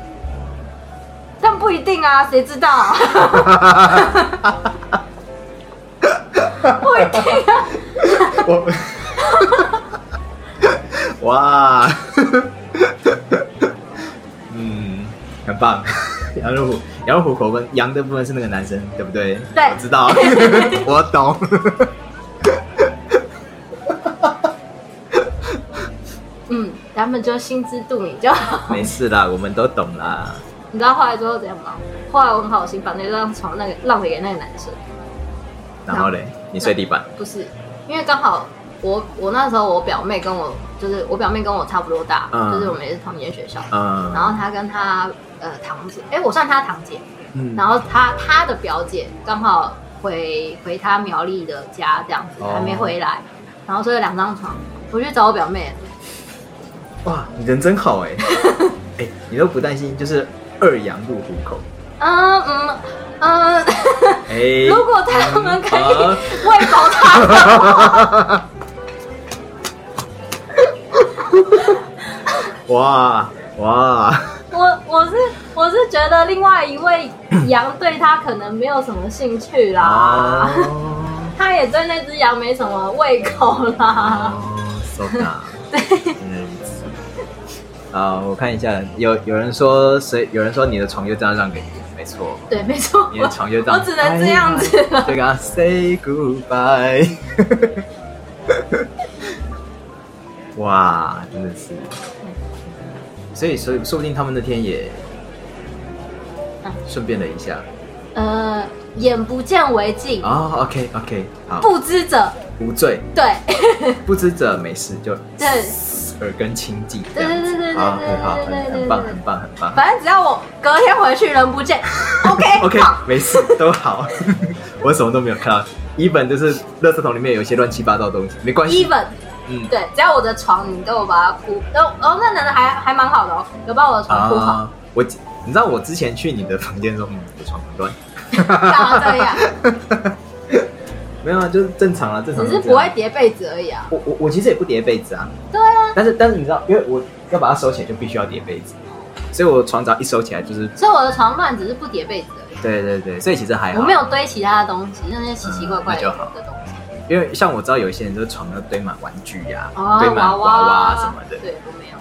但不一定啊，谁知道？ 不一定啊，我， 哇， 嗯，很棒。 羊肉虎，羊肉虎口跟羊的部分是那个男生，对不对？对我知 道， 我懂。 嗯，咱们就心知肚明就好。没事啦，我们都懂啦。你知道后来最后怎样吗？后来我很好心把那张床那个让给那个男生，然后嘞，你睡地板，不是因为刚好我我那时候我表妹跟我就是我表妹跟我差不多大，嗯就是我们也是同一间学校，嗯，然后她跟她呃堂姐，哎、我算她堂姐，嗯然后她她的表姐刚好回回她苗栗的家这样子，哦还没回来，然后所以有两张床，我去找我表妹，哇，你人真好 哎、哎、你都不担心，就是二羊入虎口，嗯嗯嗯，哎、如果他们可嗯以好喂饱他们的话，哇哇，我我是我是觉得另外一位羊对他可能没有什么兴趣啦，哦他也对那只羊没什么胃口啦。哦，so d 对，嗯，啊，我看一下，有有人说谁？有人说你的床就这样让给你，没错，对，没错，你的我床就这样，我只能这样子了对啊，say goodbye。哇，真的是，所以所以说不定他们那天也嗯顺便了一下呃眼不见为净，哦 OK OK，好，不知者无罪，对 不知者没事，就对，耳根清净，对对对对对好，对很好，对对很对很棒，对很棒，很棒。反正只要我隔天回去人 不见，OK OK，好没事，都好。 我什么都没有看到，一本就是垃圾桶里面有一些乱七八糟的东西，没关系。 even。嗯，对，只要我的床你都有把它铺，然后然后那男的还还蛮好的哦，有把我的床铺好，啊，我你知道我之前去你的房间的时候，嗯，我床很乱，干嘛 这样？没有啊，就是正常啊，正常只就是这样。不会叠被子而已啊。我我我其实也不叠被子啊，对啊，但是但是你知道，因为我要把它收起来，就必须要叠被子，所以我床只要一收起来就是，所以我的床乱只是不叠被子而对对对，所以其实还已，好。我没有堆其他的东西，那些奇奇怪怪嗯那的就好东西，因为像我知道有一些人就是床要堆满玩具呀、哦，堆满娃娃啊娃什么的。对，我没有。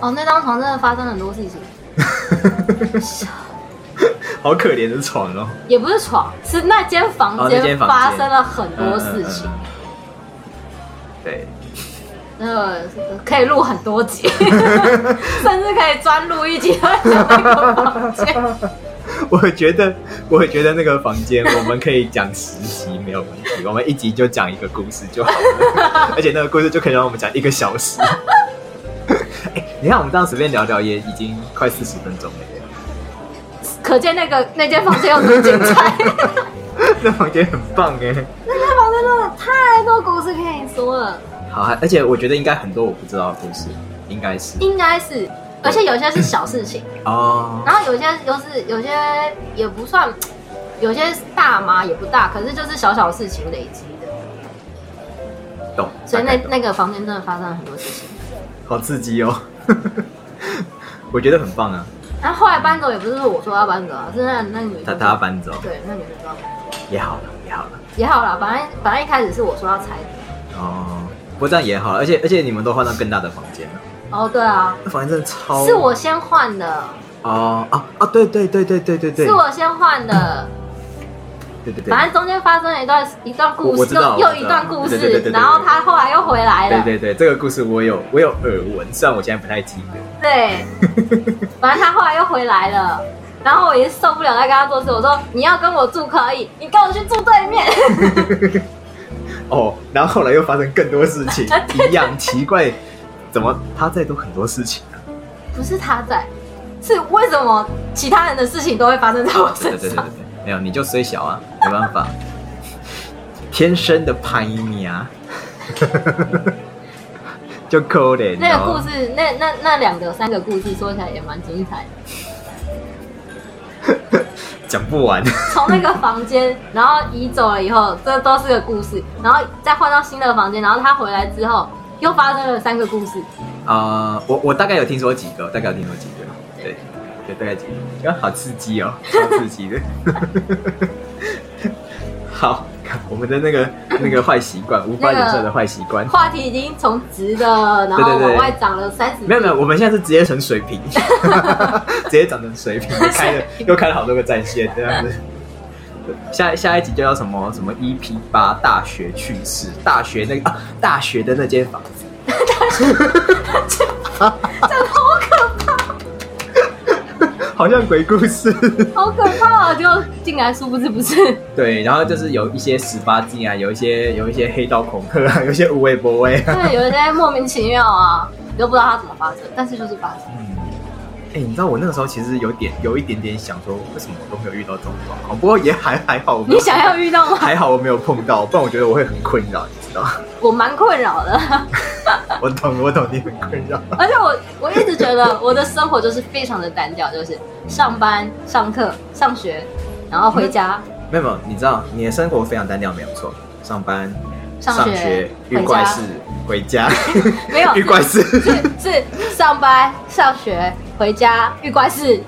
哦，那张床真的发生很多事情，好可怜的床哦。也不是床，是那间房哦那间嗯间房间发生了很多事情，嗯嗯嗯对，那个可以录很 多集，甚至可以专录一集在那个房间。我觉得，我觉得那个房间我们可以讲十集没有问题，我们一集就讲一个故事就好 了，而且那个故事就可以让我们讲一个小时。哎你看我们这样随便聊聊也已经快四十分钟了耶， 可见那个那间房间有多 精彩。那房间很棒哎。那间房间真的太多故事可以说了，好啊，而且我觉得应该很多我不知道的故事，应该是应该是，而且有些是小事情，哦，然后有些又是有些也不算，有些大嘛也不大，可是就是小小事情累积的，懂，所以大概那懂那个房间真的发生了很多事情。好刺激哦， 我觉得很棒啊，然后后来搬走也不是我说要搬走啊，是那那个女他生他要搬走对那女生说也好了，也好了，也好啦，反正反正一开始是我说要拆的。哦，不过这样也好，而且而且你们都换到更大的房间了，哦，对啊，那房间真的超是我先换的，哦啊啊对对对对对对对，是我先换的。对对对，反正中间发生了一段一段故我我知事，道又又我知一道段故对对对对事，对然后他后来又回来了。对对对，这个故事我有我有耳闻，虽然我现在不太记得。对， 反正他后来又回来了，然后我也受不了，在跟他做事，我说你要跟我住可以，你跟我去住对面。 哦，然后后来又发生更多事 情，一样奇怪，怎么他在做很多事情啊？不是他在，是为什么其他人的事情都会发生在我对身对对对上？对，没有你就虽小啊，没办法， 天生的叛逆啊， 就可怜、哦。那个故事，那那那两个三个故事说起来也蛮精彩的。讲不完， 从那个房间，然后移走了以后，这都是个故事，然后再换到新的房间，然后他回来之后，又发生了三个故事。啊、我我大概有听说几个，大概有听说几个，对，对，大概几个，啊，好刺激 哦，好刺激的。 好，看我们的那个那个坏习惯，无法忍受的坏习惯。话题已经从直的，然后对对对往外长了三十，没有没有，我们现在是直接成水平，直接长成水平，又开了又开了好多个战线这样子。下下一集就叫什么什么 EP 八大学趣事，大学那个、啊、大学的那间房子，好像鬼故事。好可怕、啊！就进来，殊不知不是。对，然后就是有一些十八禁啊，有一些有一些黑道恐吓啊，有一些无畏不畏啊。对，有一些莫名其妙啊，你都不知道它怎么发生，但是就是发生。嗯，哎、你知道我那个时候其实有点有一点点想说，为什么我都没有遇到这种状况？不过也还还好，我没你有想要遇到吗？ 还好我没有碰到，不然我觉得我会很困扰，你知道？ 我蛮困扰的， 我懂，我懂你很困扰。而且我我一直觉得我的生活就是非常的单调，就是上班、上课、上学，然后回家、没有没有，你知道你的生活非常单调，没有错，上班、上学学、回遇家怪事、回家、没有 遇怪事。是是上班、上学、回家、遇怪事，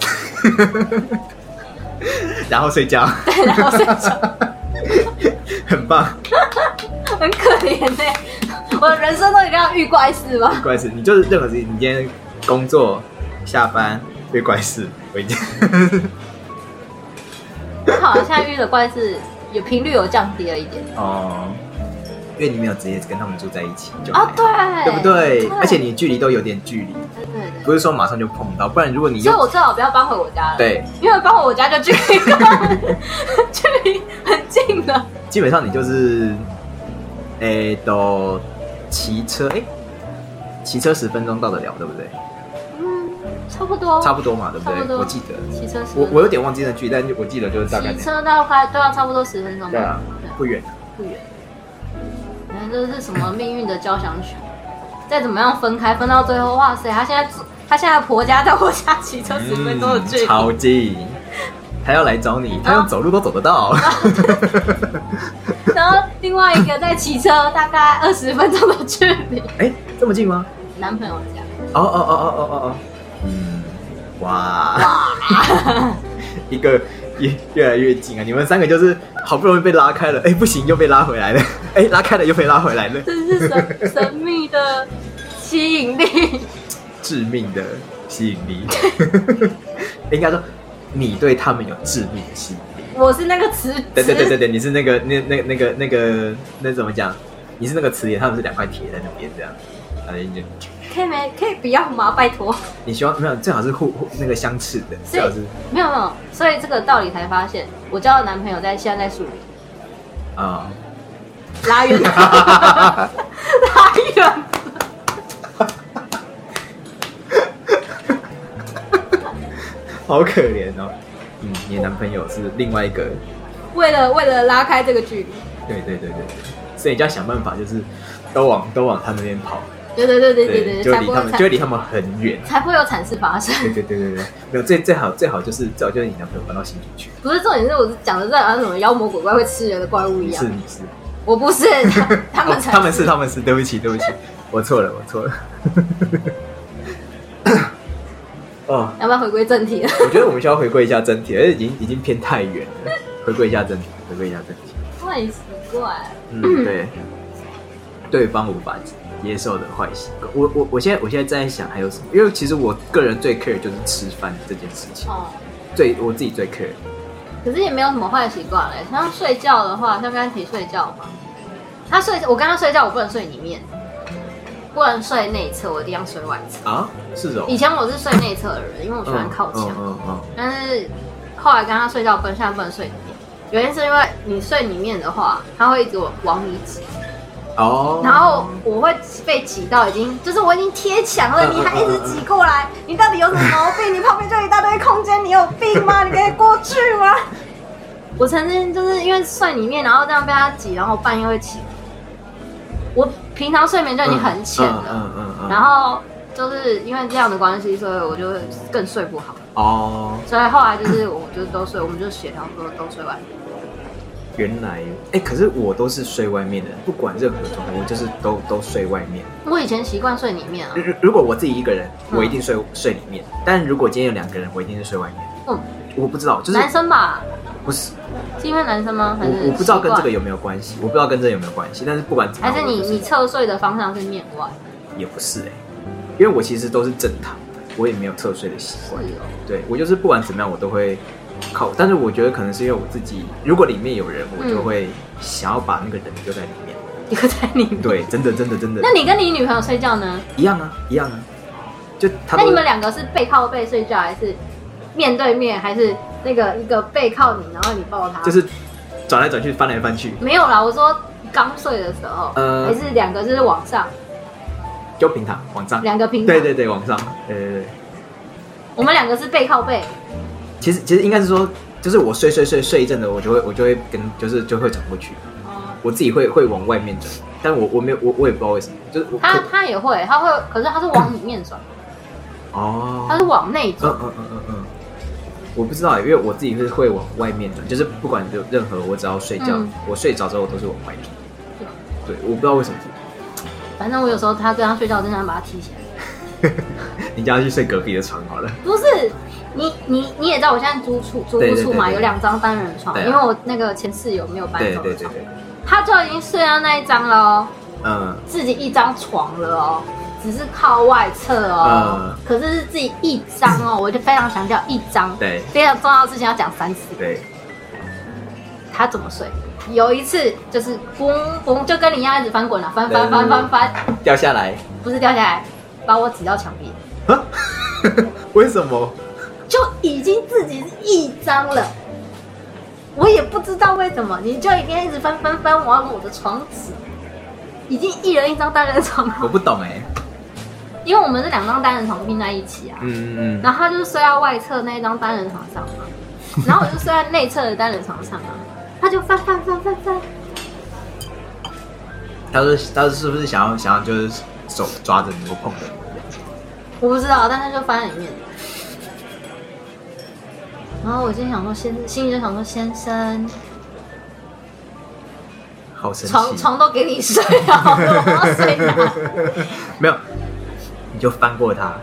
然后睡觉， 对，然后睡觉，很棒。很可怜呢、我的人生都一定要遇怪事吗？怪事，你就是任何事情，你今天工作、下班遇怪事回家，好像现在遇的怪事也频率有降低了一点哦，因为你没有直接跟他们住在一起，就啊，还对，对不对？而且你距离都有点距离，对对对不是说马上就碰到，不然如果你所以又我最好不要搬回我家了。，对，因为搬回我家就距离 距离很近了。基本上你就是，诶，都骑车，诶，骑车十分钟到得了，对不对？嗯，差不多，差不多嘛，对不差不对？多我记得，骑车十我分我有点忘记那距离，但我记得就是大概骑车大概都要差不多十分钟吧。对啊对，不远。不远。反正这是什么命运的交响曲？再怎么样分开，分到最后，哇塞，她现在她现在婆家在我家骑车十分钟的距离，嗯超近。他要来找你，他哦用走路都走得 到。然后另外一个在骑车大概二十分钟的距离，哎、这么近吗？男朋友家。哦哦哦哦哦哦哦。嗯，哇， 一个越越来越近啊！你们三个就是好不容易被拉开了，哎、不行，又被拉回来了， 哎、拉开了又被拉回来了，这是神神秘的吸引力。致命的吸引 力。应该说，你对他们有致命的吸引力。我是那个词，对对对对对，对，你是那个那那那个那个那怎么讲？你是那个词典，他们是两块铁在那边这样，反正就可以没可以不要吗？拜托，你希望没有最好是互互那个相斥的，所最以好是没有没有，所以这个道理才发现，我交的男朋友在现在在树林，啊，拉远了，拉远了。好可怜哦。嗯，你的男朋友是另外一个，为了为了拉开这个距离，对对对对对，所以你就要想办法，就是都往都往他那边跑，对对对对对就对，才离不他会们就惨离他们很远。才不会有惨事发生。对对对对对，没有最最好最好就是最好就是你男朋友搬到新竹去，不是重点是我讲的这好像什么妖魔鬼怪会吃人的怪物一你样是，你是，我不是，他 他 们哦才他们是他们是，对不起 对不起，我错了我错了。哦，要不要回归正题了？我觉得我们需要回归一下正题，而且已经已经偏太远了，回归一下正题。回归一下正题。我很奇怪。嗯，对，对方无法接受的坏习惯。我我我现在我现在正在想还有什么，因为其实我个人最 care 就是吃饭这件事情，哦，最我自己最 care。可是也没有什么坏习惯嘞。像睡觉的话，像刚才提睡觉嘛，他睡我跟他睡觉，我不能睡里面，不能睡内侧，我一定要睡外侧。啊，是哦以，前我是睡内侧的人，因为我喜欢靠墙，嗯嗯但是后来跟他睡觉，不能现在不能睡里面。原因是因为你睡里面的话，他会一直往你挤，嗯哦，然后我会被挤到已经，就是我已经贴墙了，你还一直挤过来， 你到底有什么毛病？你 旁边就一大堆空间，你有病吗？你可以过去吗？我曾经就是因为睡里面，然后这样被他挤，然后我半夜会起。我平常睡眠就已经很浅了，嗯嗯嗯嗯，然后就是因为这样的关系，所以我就更睡不好。哦，所以后来就是我就是都睡，我们就协调说都睡完。原来，哎，可是我都是睡外面的，不管任何状态，我就是都都睡外面。我以前习惯睡里面啊，如如果我自己一个人，嗯我一定睡、睡里面；但如果今天有两个人，我一定是睡外面。嗯，我不知道，就是男生吧，不是是因为男生吗？还是我，我不知道跟这个习有没有关系，我不知道跟这有没有关系。但是不管怎么惯，样，还是你我就你侧睡的方向是面外？也不是哎、因为我其实都是正躺的，我也没有侧睡的习惯。是哦对我就是不管怎么样，我都会靠。但是我觉得可能是因为我自己，如果里面有嗯人，我就会想要把那个人丢在里面。一个在里面。 对，真的真的真的那你跟你女朋友睡觉呢？一样啊，一样啊。就他那都你们两个是背靠背睡觉，还是面对面，还是那个一个背靠你，然后你抱他？就是转来转去，翻来翻去，没有啦，我说刚睡的时候，呃还是两个就是往上，就平躺往上。两个平躺对对，对，往上。对对对，我们两个是背靠背，其实其实应该是说，就是我睡睡睡睡一阵子，我就会我就会跟就是就会转过去。哦我自己会会往外面转，但我我没有我我也不知道为什么，就是我他可他也会，他会，可是他是往里面转，哦，他是往内转。嗯嗯嗯嗯嗯，我不知道欸，因为我自己是会往外面转，就是不管任任何，我只要睡觉，嗯我睡着之后我都是往外面是吧。对，我不知道为什么， 反正我有时候他跟他睡觉，我真想把他踢起来。你叫他去睡隔壁的床好 了。不是，你你你也知道，我现在租处租对屋对处对嘛，对有两张单人床，对啊因为我那个前室友没有搬对走对的对床，对，他就已经睡到那一张了哦，嗯，自己一张床了哦，只是靠外侧哦，嗯可是是自己一张哦，我就非常强调一张，对非常重要的事情要讲三次，对，他怎么睡？有一次就是嘣嘣，就跟你一样一直翻滚了，翻翻对翻对翻对翻，掉下来，不是掉下来，把我挤到墙壁，啊 为什么？就已经自己是一张了，我也不知道为什么，你就一定要一直翻翻翻，我要我的床纸，已经一人一张单人床我了，不懂哎，因为我们是两张单人床并在一起啊，嗯嗯嗯，然后他就睡在外侧那一张单人床上嘛，然后我就睡在内侧的单人床上啊，他就翻翻翻翻翻，他说他是不是想要想要就是手抓着你不碰的？我不知道，但他就翻在里面。然后我心想说先，心里就想说先生，好神床奇，床都给你睡好了，我要睡哪？ 没有，你就翻过他，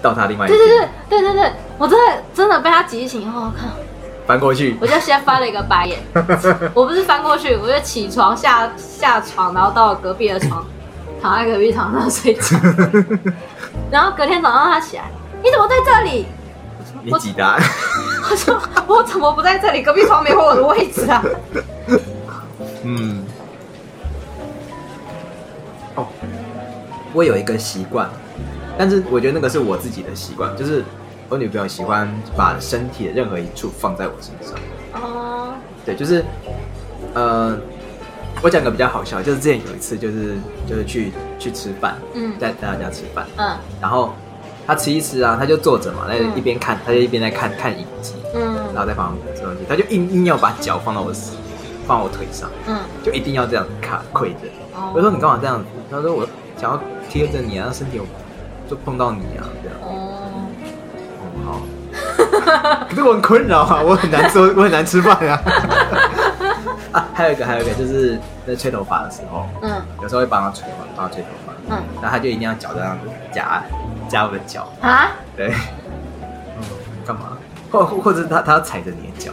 到他另外一对边，对对对对对，我真的真的被他挤醒以后，我看翻过去，我就先翻了一个 白眼。我不是翻过去，我就起床下下床，然后到了隔壁的床，躺在隔壁床上 睡觉。然后隔天早上他起来，你怎么在这里？ 你几答？我说我怎么不在这里？隔壁床没有我的位置啊！ 嗯，哦，我有一个习惯，但是我觉得那个是我自己的习惯，就是我女朋友喜欢把身体的任何一处放在我身上。哦，对，就是，呃，我讲个比较好笑，就是之前有一次，就是就是去去吃饭，嗯在在她家吃饭，嗯然后她吃一吃啊，她就坐着嘛，在嗯一边看，她就一边在看看影集，然嗯后在旁边吃东西，她就硬硬要把脚放到我放到我腿上。嗯，就一定要这样卡跪着。哦我说你干嘛这样子？他说我想要贴着你啊，身体有就碰到你啊，这样。哦，哦，好。可是我很困扰 啊，我很难做，我很难吃饭啊。啊，还有一个，还有一个就是在吹头发的时候，嗯有时候会帮他吹嘛，帮他吹头发，嗯然后他就一定要脚这样子夹夹我的脚，啊，对。嗯，干嘛？或或或者他他要踩着你的脚，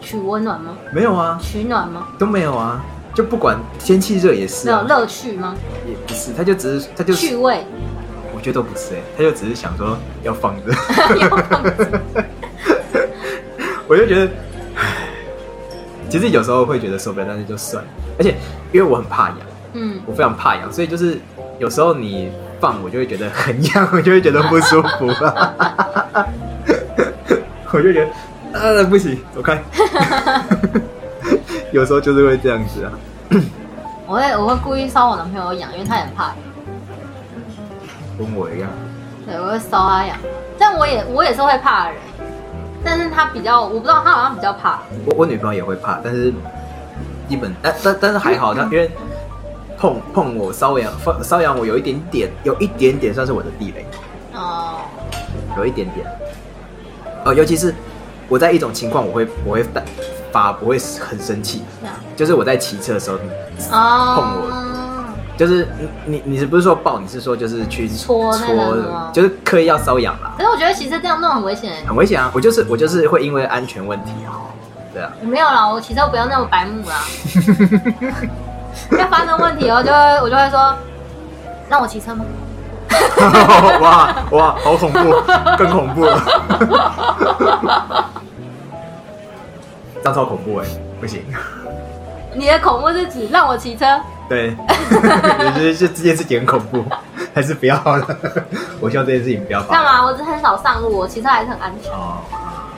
取温暖吗？没有啊，取暖吗？都没有啊，就不管天气热也是、没有啊，乐趣吗？也不是，他就只是他就趣是， 味？ 我觉得都不是哎、他就只是想说要放着， 有放我就觉得，唉其实有时候会觉得受不了，但是就算了，而且因为我很怕痒，嗯，我非常怕痒，所以就是有时候你放我就会觉得很痒，我就会觉得不舒服、 啊，我就觉得呃不行，走开，有时候就是会这样子啊。我会我会故意烧我男朋友痒，因为他也很怕痒，跟我一样，对，我会烧他痒。但我也我也是会怕的人，但是他比较，我不知道他好像比较怕。我我女朋友也会怕，但是基本但但但是还好，她因为碰碰我瘙痒，碰瘙痒我有一点点，有一点点算是我的地雷，哦、有一点点。呃，尤其是我在一种情况，我会我会大发，我会很生气，这样就是我在骑车的时候，哦，碰就是你你你是不是说抱？你是说就是去戳那个吗就是刻意要瘙痒啦，可是我觉得骑车这样弄很危险。很危险啊！我就是我就是会因为安全问题啊，对啊，我没有啦，我骑车不要那么白目啦。要发生问题哦，就会我就会说，让我骑车吗？哇哇，好恐怖，更恐怖了，这样超恐怖哎、不行，你的恐怖是指让我骑车？对，我觉得这这件事情很恐怖，还是不要好了。我希望这件事情不要发干生。嘛？我只是很少上路，我骑车还是很安全。哦，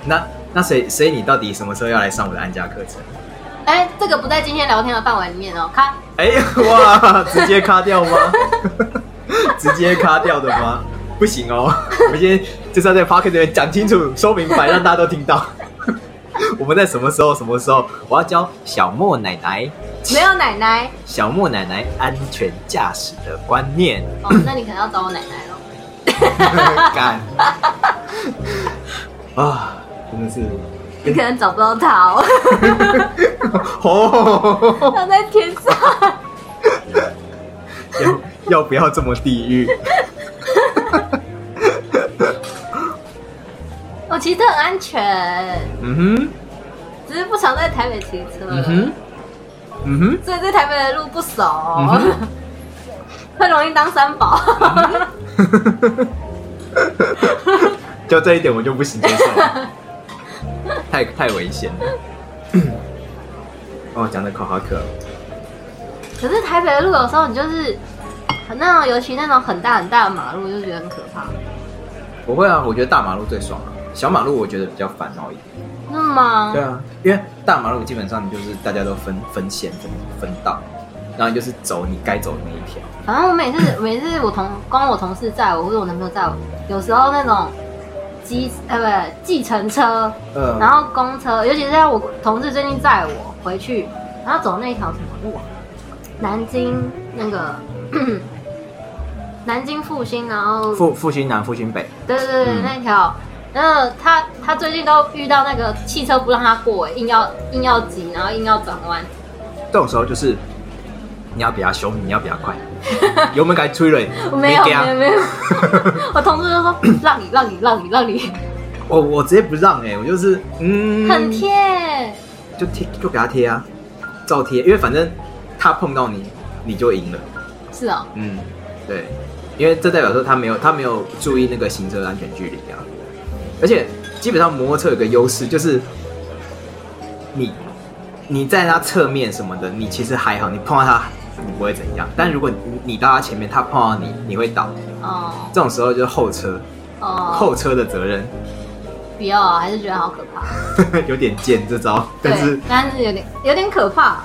那那谁谁你到底什么时候要来上我的安家课程？哎、这个不在今天聊天的范围里面哦。看，哎、哇，直接卡掉吗？ 直接卡掉的吗？不行哦，我们今天就是要在 p o c k e t 里面讲清楚、说明白，让大家都听到。 我们在什么时候、什么时候，我要教小莫奶奶、没有奶奶小莫奶奶安全驾驶的观念。 哦，那你可能要找我奶奶了。干啊，真的是你可能找不到她哦， 哦， 她在天上。要要不要这么地狱？我骑车很安全，嗯哼，只是不常在台北骑车，嗯哼，嗯哼。所以对台北的路不熟，哼嗯会容易当三宝。 就这一点我就不行接受 了，太太危险了。 哦，讲的口好渴， 可是台北的路有时候你就是那种，尤其那种很大很大的马路，就觉得很可怕。不会啊，我觉得大马路最爽啊，小马路我觉得比较烦恼一点。那么对啊，因为大马路基本上你就是大家都分分线分分道，然后你就是走你该走的那一条。反正我每 次每次我同光我同事载我，或者我男朋友载我，有时候那种机呃不计程车，嗯、然后公车，尤其是像我同事最近载我回去，然后走那条什么路啊？南京那个南京复兴，然后复复兴南复兴北，对对对，对嗯那条。嗯，他他最近都遇到那个汽车不让他过，欸硬要硬要挤，然后硬要转弯。这种时候就是你要比他凶，你要比他 快，油门该吹了，没有没怕有没 有，我同事就说让你让你让你让你，我哦我直接不让哎、我就是嗯，很贴。就贴就给他贴啊，照贴，因为反正他碰到你，你就赢了。是哦，嗯，对，因为这代表说他没有他没有注意那个行车安全距离啊，而且基本上摩托车有个优势就是你你在他侧面什么的，你其实还好，你碰到他你不会怎样，但如果你你到他前面，他碰到你，你会倒。哦这种时候就是后车哦，后车的责任， 不要啊，还是觉得好可怕。有点贱这招，但是对，但是有点有点可怕。啊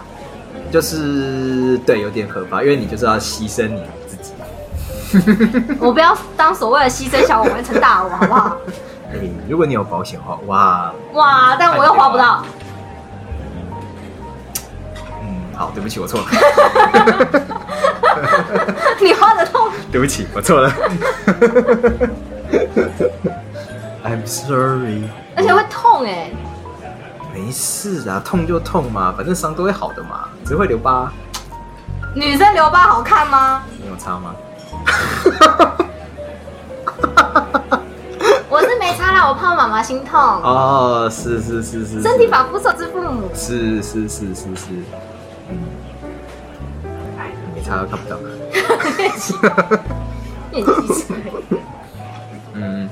就是对，有点可怕，因为你就是要牺牲你自己。我不要当所谓的牺牲小我完成大我，好不好？哎如果你有保险的话，哇， 哇，但我又划不到。嗯，好，对不起，我错 了， 你划得动？对不起，我错了。I'm sorry。而且会痛哎、没事啊，痛就痛嘛，反正伤都会好的嘛，只会留疤，女生留疤好看吗？你有擦吗？我是没擦啦，我怕怕妈妈心痛，哦，是是是是，身体发肤受之父母。是是是是是，嗯，哎，没差都看不到，练骑 车，嗯，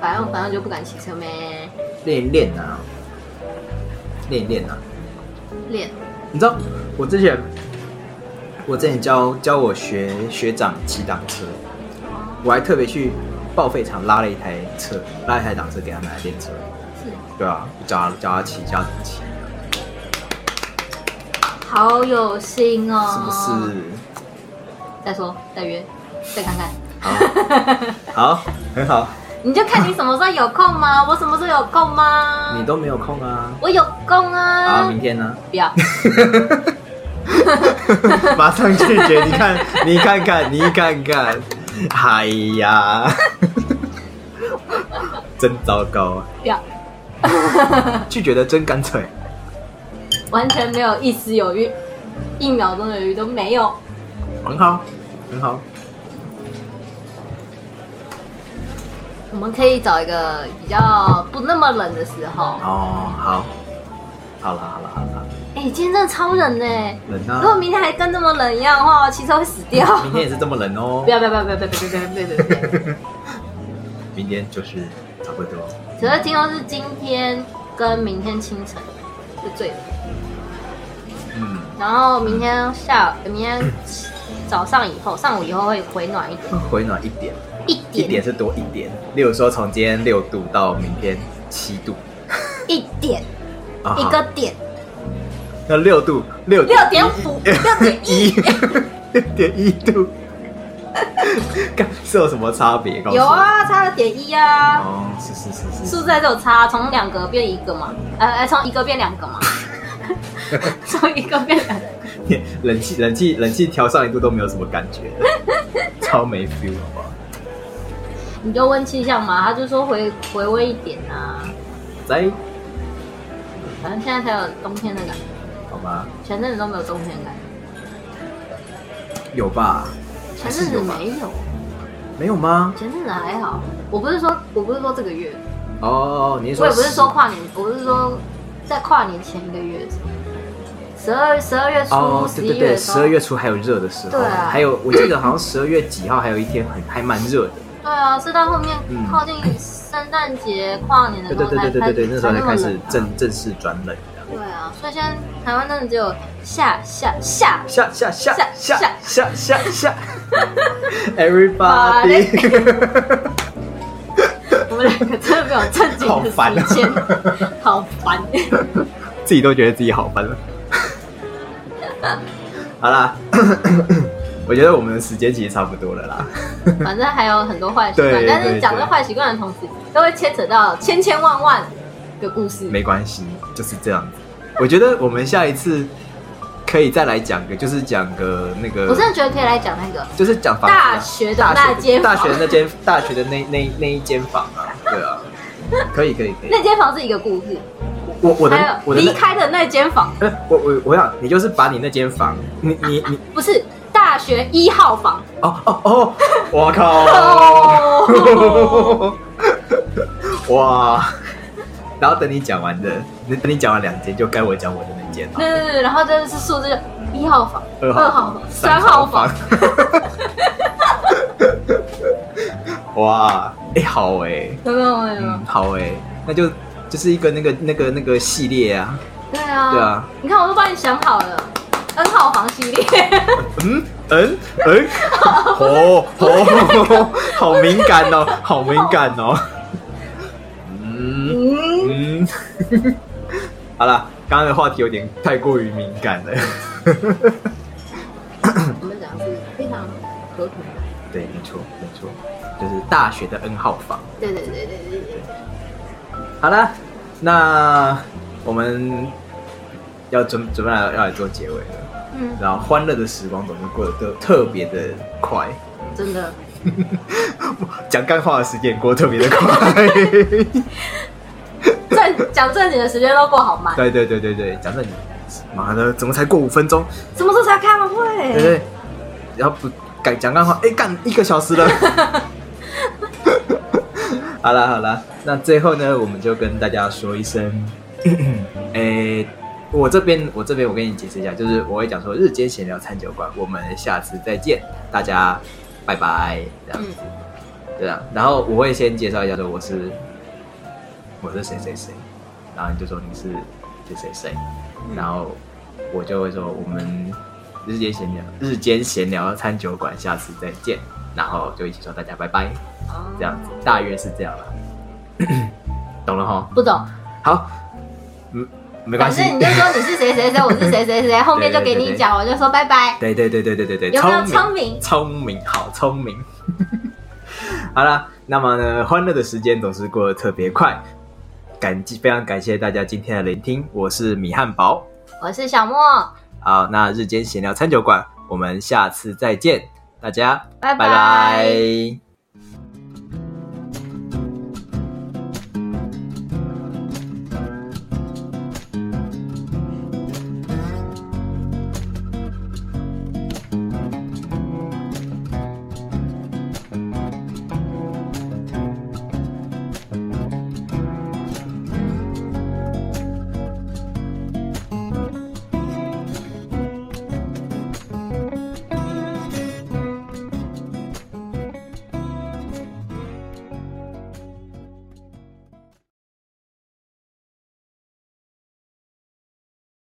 反正反正就不敢骑车咩，练一练啊，练一练啊，练你知道我之前，我之前教教我学学长骑挡车，我还特别去报废厂拉了一台车，拉一台挡车给他们来练车，是对啊，教他教他骑，教他怎么骑，好有心哦。是不是？再说，再约，再看看。好，好，很好，你就看你什么时候有空吗？我什么时候有空 吗？你都没有空啊，我有空好，啊。明天呢？ 不要，马上拒绝！你看，你看看，你看看，哎呀，真糟糕啊！不要，拒绝的真干脆。完全没有一丝犹豫，一秒钟的犹豫都没有。很好，很好。我们可以找一个比较不那么冷的时候。哦，好，好了，好了，好了，哎、今天真的超冷呢、冷如果啊！明天还跟那么冷一样的话，我骑车会死掉。明天也是这么冷哦不。要不要不要不要不要不要不要不要不要不要！ 明天就是差不多。只是听说是今天跟明天清晨是最冷，嗯，然后明天下明天早上以后，上午以后会回暖一点，回暖一点，一一点点是多一点。例如说，从今天六度到明天七度。一点啊一个点，那六度六六点五六点一，一 六点一 度， 干是有什么差别？告诉有我，啊，差了点一啊，哦，是是是数是，字还是有差，从两个变一个嘛，呃呃，从一个变两 个嘛，从一个变两个， 冷气冷气冷气调上一度都没有什么感觉，超没 feel 好不好？你就问气象嘛，他就说回回温一点啊，在反正现在才有冬天的感觉，好吗？前阵子都没有冬天的感觉，有吧？前阵子没有。没有吗？前阵子还好，我不是说我不是说这个月，哦，你是我说也不是说跨年，我不是说在跨年前一个月，十二十二月初哦，十对对一、月对，的时十候二月初还有热的时候，对啊还有我记得好像十二月几号还有一天很还蛮热的，对啊，是到后面嗯靠近圣诞节、跨年的对对时候对才对对对对，那时候才才开始正。正正式转冷这样。对啊，所以现在台湾真的只有下下下下下下下下下下下 下 ，everybody，我们两个真的没有正经好的烦啊时间， 好烦。自己都觉得自己好烦了。 好啦， 我觉得我们的时间其实差不多了啦。 反正还有很多坏习惯对，但对是对讲这坏习惯的同时，都会牵扯到千千万万个故事。没关系，就是这样子。我觉得我们下一次可以再来讲个，就是讲个那我真个，的觉得可以来讲那个就是讲房子啊大学的大那学间大房，学那间大学的那那那一间房啊，对啊，可以可以可以。那间房是一个故事，我我的还有我的离那开的那间房不是我我我想你就是把你那间房，你你你不是大学一号房哦哦 哦，我靠，哦， 哇！然后等你讲完的，等你讲完两间，就该我讲我的那间了。 对对对，然后这是数字就一号房、二二号号房、房、三号房，， 哇，哎、好哎、有 没有有没有嗯，？好哎、那就就是一个那个那个那个系列啊，对啊，对啊，你看我都帮你想好了，N 号房系列，嗯嗯嗯， 哦哦， 好敏感哦，好敏感 哦，嗯嗯，嗯， 好了，刚刚的话题有点太过于敏感了， 我们讲的是非常合同的，对，没错没错，就是大学的 N 号房。对对对对对对，好了，那我们要准准备来要来做结尾了。嗯，然后欢乐的时光总是过得都特别的快，真的，讲干话的时间也过得特别的快。 正讲正经的时间都过好慢，对对对对对，讲正经，妈的，怎么才过五分钟？什么时候才开完对不会？对？然后不改讲干话，哎，干一个小时了。 好啦好啦，那最后呢，我们就跟大家说一声， 诶、我这边我这边我跟你解释一下，就是我会讲说日间闲聊餐酒馆，我们下次再见，大家拜拜，这样嗯子，，对啊。然后我会先介绍一下说我是我是谁谁谁，然后你就说你是谁谁谁，然后我就会说我们日间闲聊日间闲聊餐酒馆，下次再见，然后就一起说大家拜拜。哦这样子，大约是这样啦。 懂了哈？不懂，好，嗯，没关反系。正你就说你是谁谁谁，我是谁谁谁，后面就给你讲，我就说拜拜。 对对对对对对对，有没有聪聪明聪明，好聪明。 好啦，那么呢，欢乐的时间总是过得特别快，感激非常感谢大家今天的聆听，我是米汉堡。我是小莫，好，那日间闲聊餐酒馆，我们下次再见，大家拜拜拜